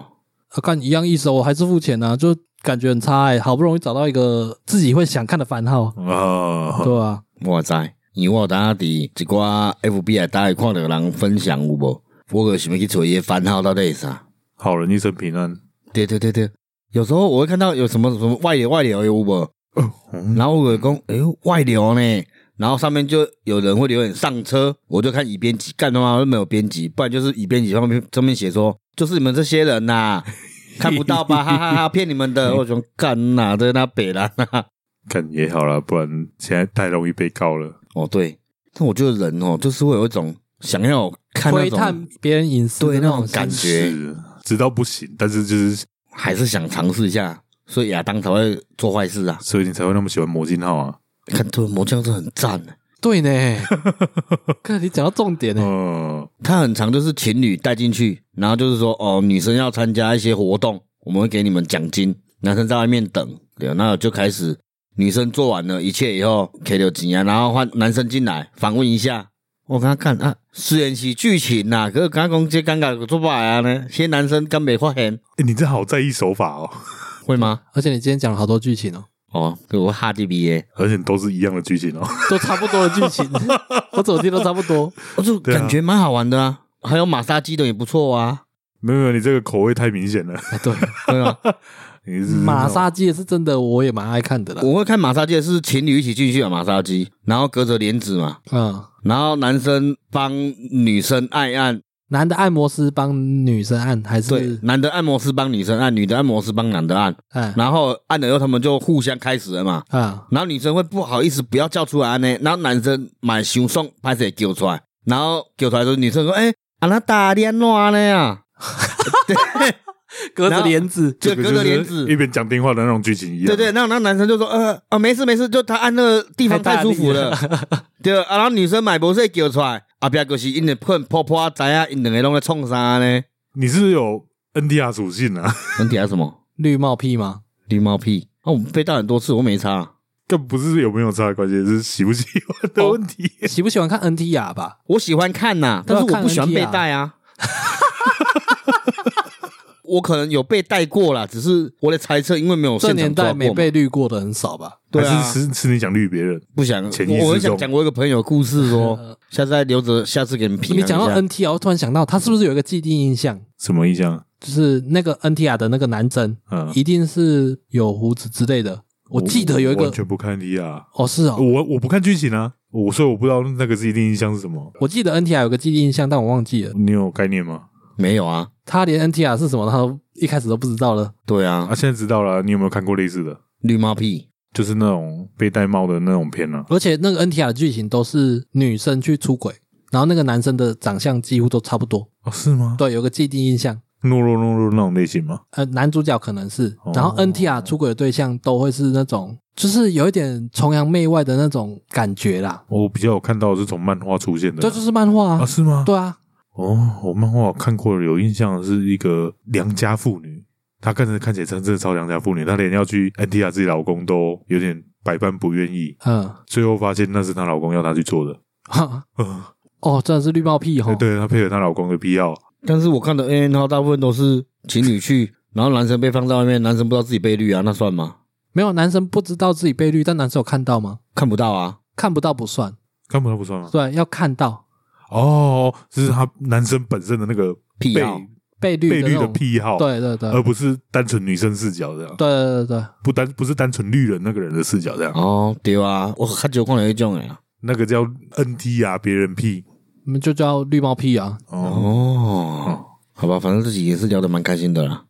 啊干一样意思哦，我还是付钱啊，就感觉很差哎、好不容易找到一个自己会想看的番号，
哦
啊，
对啊，
我知，因为我当下伫一寡 FB 来大概看到人分享有无，我有想要去找伊的番号到底是啥？
好人一生平安。
对对对对，有时候我会看到有什么什么外流外流有无，
嗯
然后我就讲，哎呦外流呢，然后上面就有人会留言上车，我就看已编辑，干他妈都没有编辑，不然就是已编辑上面上面写说，就是你们这些人 呐、看不到吧，哈哈哈，骗你们
嗯
的，我想干哪在那北啦、
看也好了，不然现在太容易被告了。
哦对，但我觉得人哦，就是会有一种想要看那
窥
种
探，别人隐私的
对那种
心
感觉
是，知道不行，但是就是，
还是想尝试一下，所以亚当才会做坏事啊。
所以你才会那么喜欢魔镜号啊。
看《盾魔将》是很赞啊的、
对呢， 看你讲到重点呢、欸
哦
嗯，
它很常就是情侣带进去，然后就是说哦，女生要参加一些活动，我们会给你们奖金，男生在外面等，对，那就开始女生做完了一切以后给了钱啊，然后换男生进来访问一下。我刚刚看啊，虽然是剧情呐、可是刚刚这尴尬有做法啊呢，些男生刚没发现，
诶你这好在意手法哦，
会吗？
而且你今天讲了好多剧情哦，
哦，对我哈 D B A，
而且都是一样的剧情哦。
都差不多的剧 情，我怎么听都差不多。
我就感觉蛮好玩的啊，还有马杀鸡的也不错啊，
没有，没有，你这个口味太明显了。
哎，对，
啊对吧？嗯
你是
马杀鸡也是真的，我也蛮爱看的啦。
我会看马杀鸡的是情侣一起进去的马杀鸡，然后隔着帘子嘛，
嗯，
然后男生帮女生按一按，
男的按摩师帮女生按还
对
是，
男的按摩师帮女生按，女的按摩师帮男的按，
哎
然后按了以后他们就互相开始了嘛，
啊
然后女生会不好意思不要叫出来呢，然后男生买熊送拍谁叫出来，然后叫出来之后女生说：“哎、啊那打电话呢呀？” 对，
隔着帘子
就
这个
隔
就是
着帘子
一。边讲电话的那种剧情一样，啊
对对，然后然后男生就说：“呃啊，没事没事，就他按那个地方太舒服了。 对啊，然后女生买不是叫出来，啊，壁就是因为喷泡泡啊，知啊，因两个拢在冲啥呢？
你是不是有 NTR 属性啊，
能点什么
绿帽屁吗？
绿帽屁？啊，我们被盗很多次，我没差，
更不是有没有差的关系，是喜不喜欢
哦
的问题。
喜不喜欢看 NT 雅吧？
我喜欢看呐、
对
但
啊
是我不喜欢被带啊。 我可能有被带过啦，只是我的猜测，因为没有
这
现
年
场抓
代
过
没
嘛
被绿过的很少吧？
对
还
啊，
是是是你想绿别人，
不想。
潜意识
我我很想
中
讲过一个朋友的故 事哦，下次再留着，下次给你们品
你
尝一
讲到
下。
NT 雅，我突然想到，他是不是有一个既定印象，
什么印象？
就是那个 NT 雅的那个男生
嗯，
一定是有胡子之类的？我记得有一
我
个
完全不看 NTR，
哦，是哦，
我我不看剧情啊，我所以我不知道那个是一定印象是什么。
我记得 NT 雅有个既定印象，但我忘记了，
你有概念吗？
没有啊，
他连 NT 雅是什么，他都一开始都不知道了。
对啊
啊，，现在知道了。你有没有看过类似的？
绿帽屁，
就是那种被戴帽的那种片啊？
而且那个 NTR 的剧情都是女生去出轨，然后那个男生的长相几乎都差不多。
哦，是吗？
对，有个既定印象，
懦弱懦弱那种类型吗？
呃，男主角可能是
哦，
然后 NTR 出轨的对象都会是那种，就是有一点崇洋媚外的那种感觉啦。
我比较有看到的是从漫画出现的，
这就是漫画
啊，
啊，
是吗？
对啊，
哦，我漫画有看过有印象的是一个良家妇女，她看着看起来真的超良家妇女，她连要去 NTR 自己老公都有点百般不愿意，
嗯，
最后发现那是她老公要她去做的。
哈
呃
哦，真的是绿帽屁吼，
哎对她配合她老公的必要，
但是我看的 A N 号大部分都是情侣去，然后男生被放在外面，男生不知道自己被绿啊，那算吗？
没有男生不知道自己被绿，但男生有看到吗？
看不到啊，
看不到不算，
根本不算吗？
对，要看到
哦，这是她男生本身的那个
屁
被
啊，
被绿
被
的那
绿的
种，
癖好，，
对对对，
而
对
不是单纯女生视角这样，
对对对，
不单不是单纯绿人那个人的视角这样，
哦，对啊，我较久看了一种诶啊。
那个叫 NT 啊，别人屁
我们就叫绿帽屁啊。
哦。
哦，好吧，反正自己也是聊得蛮开心的啦。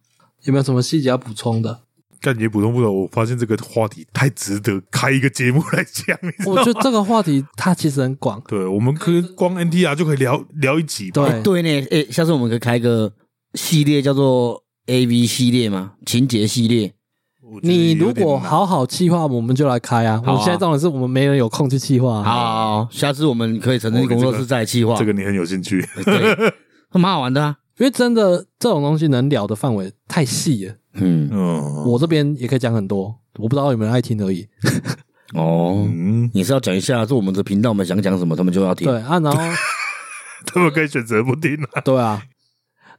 有没有什么细节要补充的？
干也普通不懂，我发现这个话题太值得开一个节目来讲。你知道
我
吗，
觉得这个话题它其实很广
对，我们可以光 NTR 就可以聊聊一集吧。
对
哎对呢，诶、下次我们可以开一个系列叫做 A V 系列嘛，情节系列。
我觉得
你
也
如
有点
果
难，
好好气划，我们就来开啊。
好啊
我们现在重点是我们没人有空去气划、啊
好啊好好，下次我们可以成立工作室再计划、
这个你很有兴趣。
诶 对，蛮好玩的啊。
因为真的这种东西能聊的范围太细了。
嗯，
嗯，
我这边也可以讲很多，我不知道有没有人爱听而已。
哦，
嗯，
你是要讲一下，是我们的频道，我们想讲什么，他们就要听。
对啊，然后
他们可以选择不听啊。
对啊，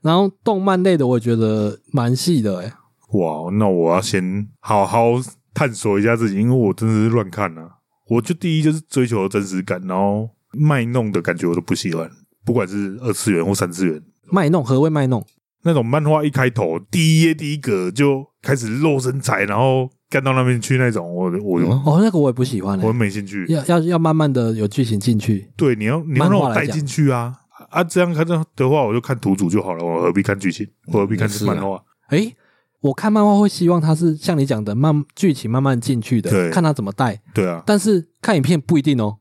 然后动漫类的我也觉得蛮细的诶、欸
哇，那我要先好好探索一下自己，因为我真的是乱看啊。我就第一就是追求真实感，然后卖弄的感觉我都不喜欢，不管是二次元或三次元。
卖弄何谓卖弄？
那种漫画一开头第一页第一格就开始露身材，然后干到那边去那种，我我、
嗯
哦，那个我也不喜欢、
我
欸，
没兴趣。
要要要慢慢的有剧情进去。
对，你要你要
漫
让
画
我
来
带
讲
进去啊啊！这样看的的话，我就看图组就好了，我何必看剧情？我何必看
也是啊
漫画？
诶，我看漫画会希望它是像你讲的慢剧情慢慢进去的，
对
看它怎么带。
对啊，
但是看影片不一定哦，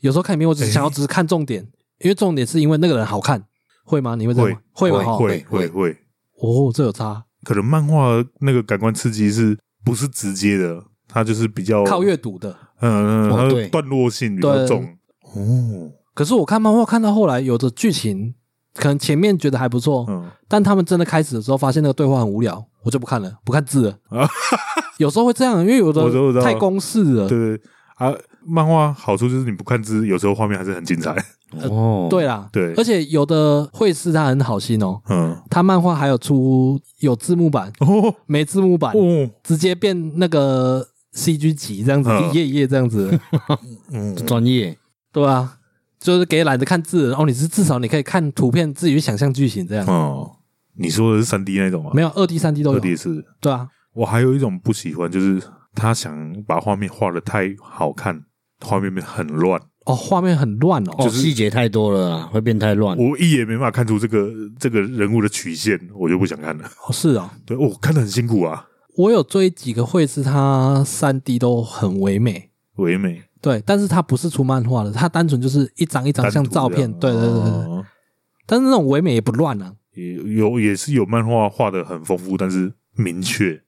有时候看影片我只想要只是看重点，因为重点是因为那个人好看，会吗？你会这样吗？会吗？哈
会会
会
会，
哦，这有差，
可能漫画那个感官刺激是不是直接的？它就是比较
靠阅读的。
嗯嗯，
哦
它的
对
段落性比较
对
重哦，
可是我看漫画看到后来，有的剧情可能前面觉得还不错，
嗯，
但他们真的开始的时候，发现那个对话很无聊，我就不看了，不看字了。
啊
有时候会这样，因为有
我知道我知
的
道
太公式了。
对啊。漫画好处就是你不看字，有时候画面还是很精彩。
哦，
对啦，
对
而且有的会师他很好心哦，
嗯，
他漫画还有出有字幕版，
哦
没字幕版，
哦，
直接变那个 CG 级这样子，
嗯
一页一页这样 子，
嗯，
专业。
对啊，就是给懒得看字的人哦，你是至少你可以看图片，自己去想象剧情这样。
哦，你说的是三 D 那种吗？
哦没有二 D、三 D 都
二
有，
D 是
对啊，
我还有一种不喜欢，就是他想把画面画的太好看，画面变很乱，
哦，画面很乱哦，
哦，细节太多了啊，会变太乱。
我一眼没办法看出这个这个人物的曲线，我就不想看了。
哦是啊、
对，我、看的很辛苦啊，
我有追几个绘师，他三 D 都很唯美，
唯美
对，但是他不是出漫画的，他单纯就是一张一张像照片，对对对对对，
对，
但是那种唯美也不乱啊。
哦也有也是有漫画画的很丰富，但是明确啊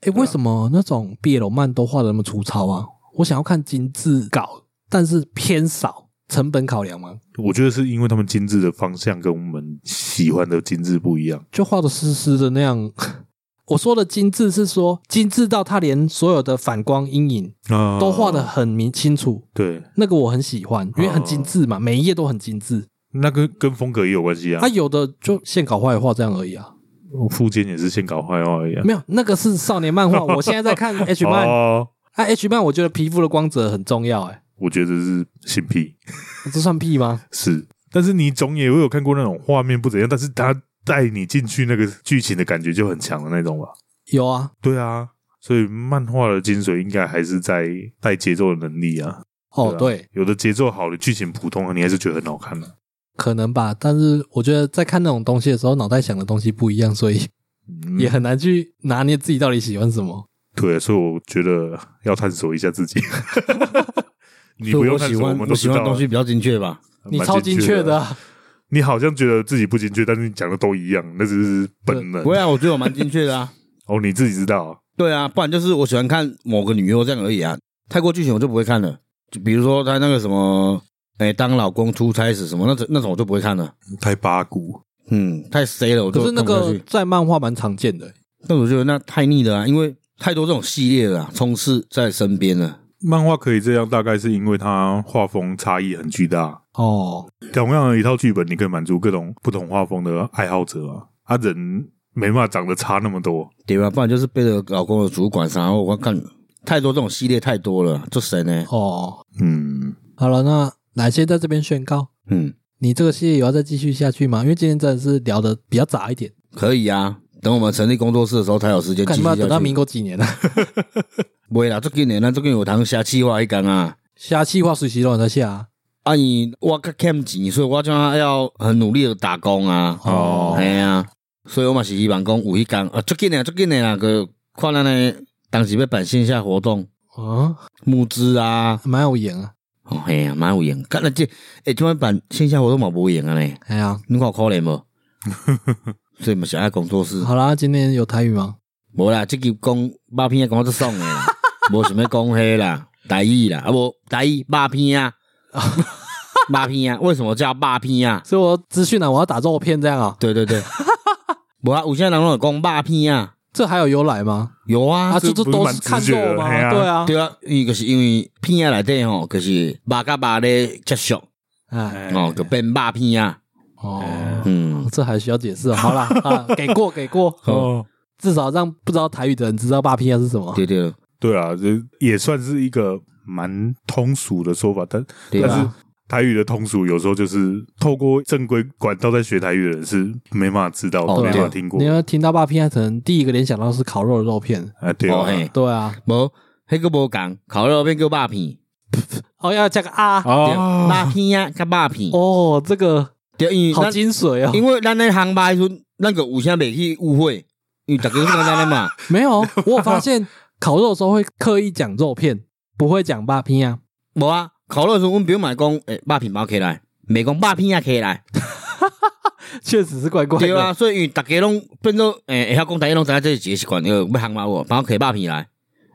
诶，为什么那种毕业罗漫都画的那么粗糙啊？我想要看精致稿，但是偏少，成本考量嘛，
我觉得是因为他们精致的方向跟我们喜欢的精致不一样。
就画的湿湿的那样。 我说的精致是说精致到他连所有的反光阴影
啊，
都画的很明清楚，
对，
那个我很喜欢，因为很精致嘛，每一页都很精致。
那跟跟风格也有关系嗯啊
他、。有的就线稿画一画这样而已啊，
附件也是先搞坏话一样。
没有那个是少年漫 画。我现在在看 H
啊
漫，
哦，
啊 H 漫我觉得皮肤的光泽很重要，哎，
我觉得是性癖
这算屁吗？
是，但是你总也会有看过那种画面不怎样，但是他带你进去那个剧情的感觉就很强的那种吧。
有啊，
对啊，所以漫画的精髓应该还是在带节奏的能力啊。
哦
对
对，
有的节奏好的剧情普通，你还是觉得很好看的、
可能吧，但是我觉得在看那种东西的时候，脑袋想的东西不一样，所以
嗯
也很难去拿捏自己到底喜欢什么。
对，所以我觉得要探索一下自 己。你
所
不
以
用
我
探
喜
索，
欢
们
我
都
喜
知道
欢
了
的东西比较精确吧。
你
蛮
超精确的
的
啊、
啊。你好像觉得自己不精确，但是你讲的都一样，那只是本能
不。会啊，我觉得我蛮精确的啊。
哦，你自己知道啊、
对啊，不然就是我喜欢看某个女优这样而已啊。太过剧情我就不会看了，就比如说她那个什么，哎、当老公出差时什么那种那种我就不会看了。
太八股。
嗯，太 C 了，我就
可是那
看不下
个
去
在漫画蛮常见的、
但我觉得那太腻了啊，因为太多这种系列了、啊，充斥在身边了。
漫画可以这样，大概是因为它画风差异很巨大。
哦，
同样的一套剧本，你可以满足各种不同画风的爱好者啊。啊，人没办法长得差那么多，
对吧？不然就是背着老公的主管啥，我看太多这种系列太多了，啊就谁呢？
哦，
嗯，
好了，那奶先在这边宣告，
嗯，
你这个系列有要再继续下去吗？因为今天真的是聊的比较杂一点，
可以啊。等我们成立工作室的时候，才有时间继
看
续
你们要等
下
到
去
民。国几年了？
不会啦，这几年咱这个有堂下气话一讲啊。
下气话随时都有在下啊、
啊，你我较欠钱，所以我就要很努力的打工啊。
哦
哎呀、所以我嘛是希望讲有迄工啊，最近的最近的那个看咱呢，当时要办线下活动
嗯，
募资啊。
蛮有瘾啊，
哦，嘿呀、蛮有用。干了这，哎、今晚办线下活动嘛无用啊呢，
哎呀、
你看有可怜无？所以嘛是爱工作室。
好啦，今天有台语吗？
无啦，即集讲肉片啊，讲足爽诶啦，无想要讲迄啦，台语啦，啊无台语肉片啊，肉片啊，为什么叫肉片啊？
所以我资讯啊，我要打肉片这样啊，
对对 对，无啊，有些人拢有讲肉片啊，
这还有由来吗？
有啊，
啊，
这
这这
不是
都
蛮
是看
直觉的
肉吗？
嘿啊
对啊，
对啊，伊就是因为片啊内底吼，就是肉甲肉咧接触，
哎，
哦，就变肉片啊，
哦，
嗯，
这还需要解释哦？好啦， 啊，给过给过，
哦，
至少让不知道台语的人知道霸片是什么。
对对
对啊，这也算是一个蛮通俗的说法，但
对
但是
啊，
台语的通俗有时候就是透过正规管道在学台语的人是没办法知道，
哦
没办
对
法
啊
听过
你。要听到霸片，可能第一个联想到是烤肉的肉片。
啊，对
哦
啊，
嘿，
对啊，
无，迄个无共，烤肉变叫肉片，
哦，要加个啊，
对
哦，
肉片啊，甲肉片，
哦，这个
对，因为
好
咱
精髓
因
哦。
为咱咧航班时阵，咱个有啥袂去误会，因为大家拢讲咱咧嘛，
没 有，我有发现烤肉的时候会刻意讲肉片，不会讲霸片啊。
无啊，烤肉的时阵，阮表嘛讲，诶、肉片包起来，袂讲肉片啊起来，
确实是怪怪
对
的
啊，。所以因为大家拢变做，诶、会晓讲大家拢知影这是一个习惯，呃，要航班无，包起肉片来，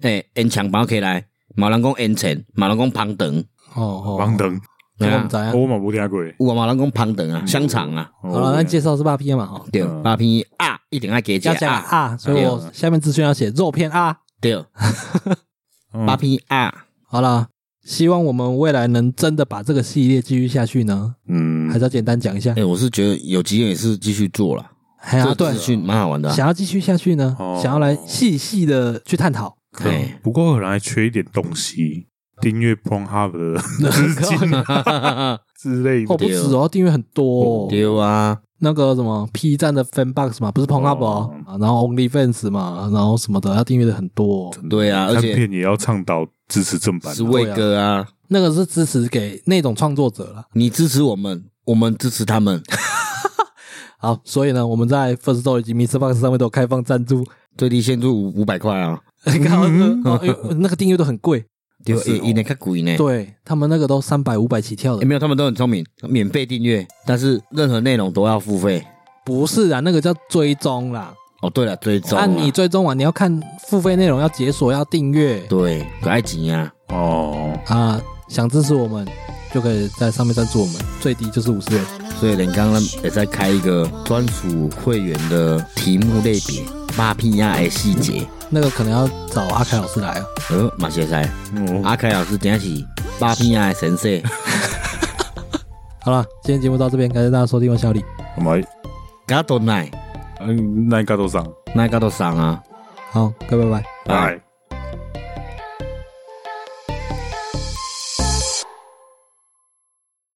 诶、烟肠包起来，嘛有人讲烟肠，嘛有人讲香肠，
哦哦，
盲灯，
我
啊
们知啊。
我嘛无听过。哦
有啊嘛有人讲香肠
嗯
啊，香肠啊，
好
好了，那介绍是霸片嘛？哦，
对，
嗯
肉片啊，一定爱加
要
食
加
啊，
啊，所以我下面资讯要写肉片啊。
对，
嗯
肉片啊，
好了，希望我们未来能真的把这个系列继续下去呢，
嗯
还，是要简单讲一下
诶、。我是觉得有机会也是继续做啦，
哎
哎
呀，
这个
对
资，讯蛮好玩的、啊，
想要继续下去呢，
哦
想要来细细的去探讨。
可能
哎
不过可能还缺一点东西，订阅 Pornhub 的资金
哈哈哈哈
之类
啊
哦，
的。
不止哦，订阅很多哦。
对啊，
那个什么 P 站的 Fan Box 嘛，不是 p o n u p 哦，啊然后 OnlyFans 嘛，然后什么的，他订阅的很多哦、
对啊，而
看
且
片也要倡导支持正版啊
是，魏哥啊，
那个是支持给那种创作者了。
你支持我们，我们支持他 们。
好，所以呢，我们在 First Story 以及 Mr. Box 上面都有开放赞助，
最低限度五五百块啊，
刚好是哦哎呦那个订阅都很贵，
对，
是哦
一一年看贵呢。
对他们那个都三百五百起跳
欸
的，
没有，他们都很聪明，免费订阅，但是任何内容都要付费。
不是啊，那个叫追踪啦。
哦，对了，追踪啊、
按你追踪完，你要看付费内容，要解锁，要订阅
对，可爱极啊，
哦，
啊。想支持我们，就可以在上面赞助我们，最低就是五十元。
所以连刚刚也在开一个专属会员的题目类别，马屁呀的细节。
那个可能要找阿凯老师来啊。
呃，马先生，
嗯
阿凯老师点起马屁呀的神 社。
好了，今天节目到这边，感谢大家收听，我是小李。
干嘛？
嘎多奶，
嗯，那应该都上，
那嘎多上啊。
好，各位拜拜。
哎。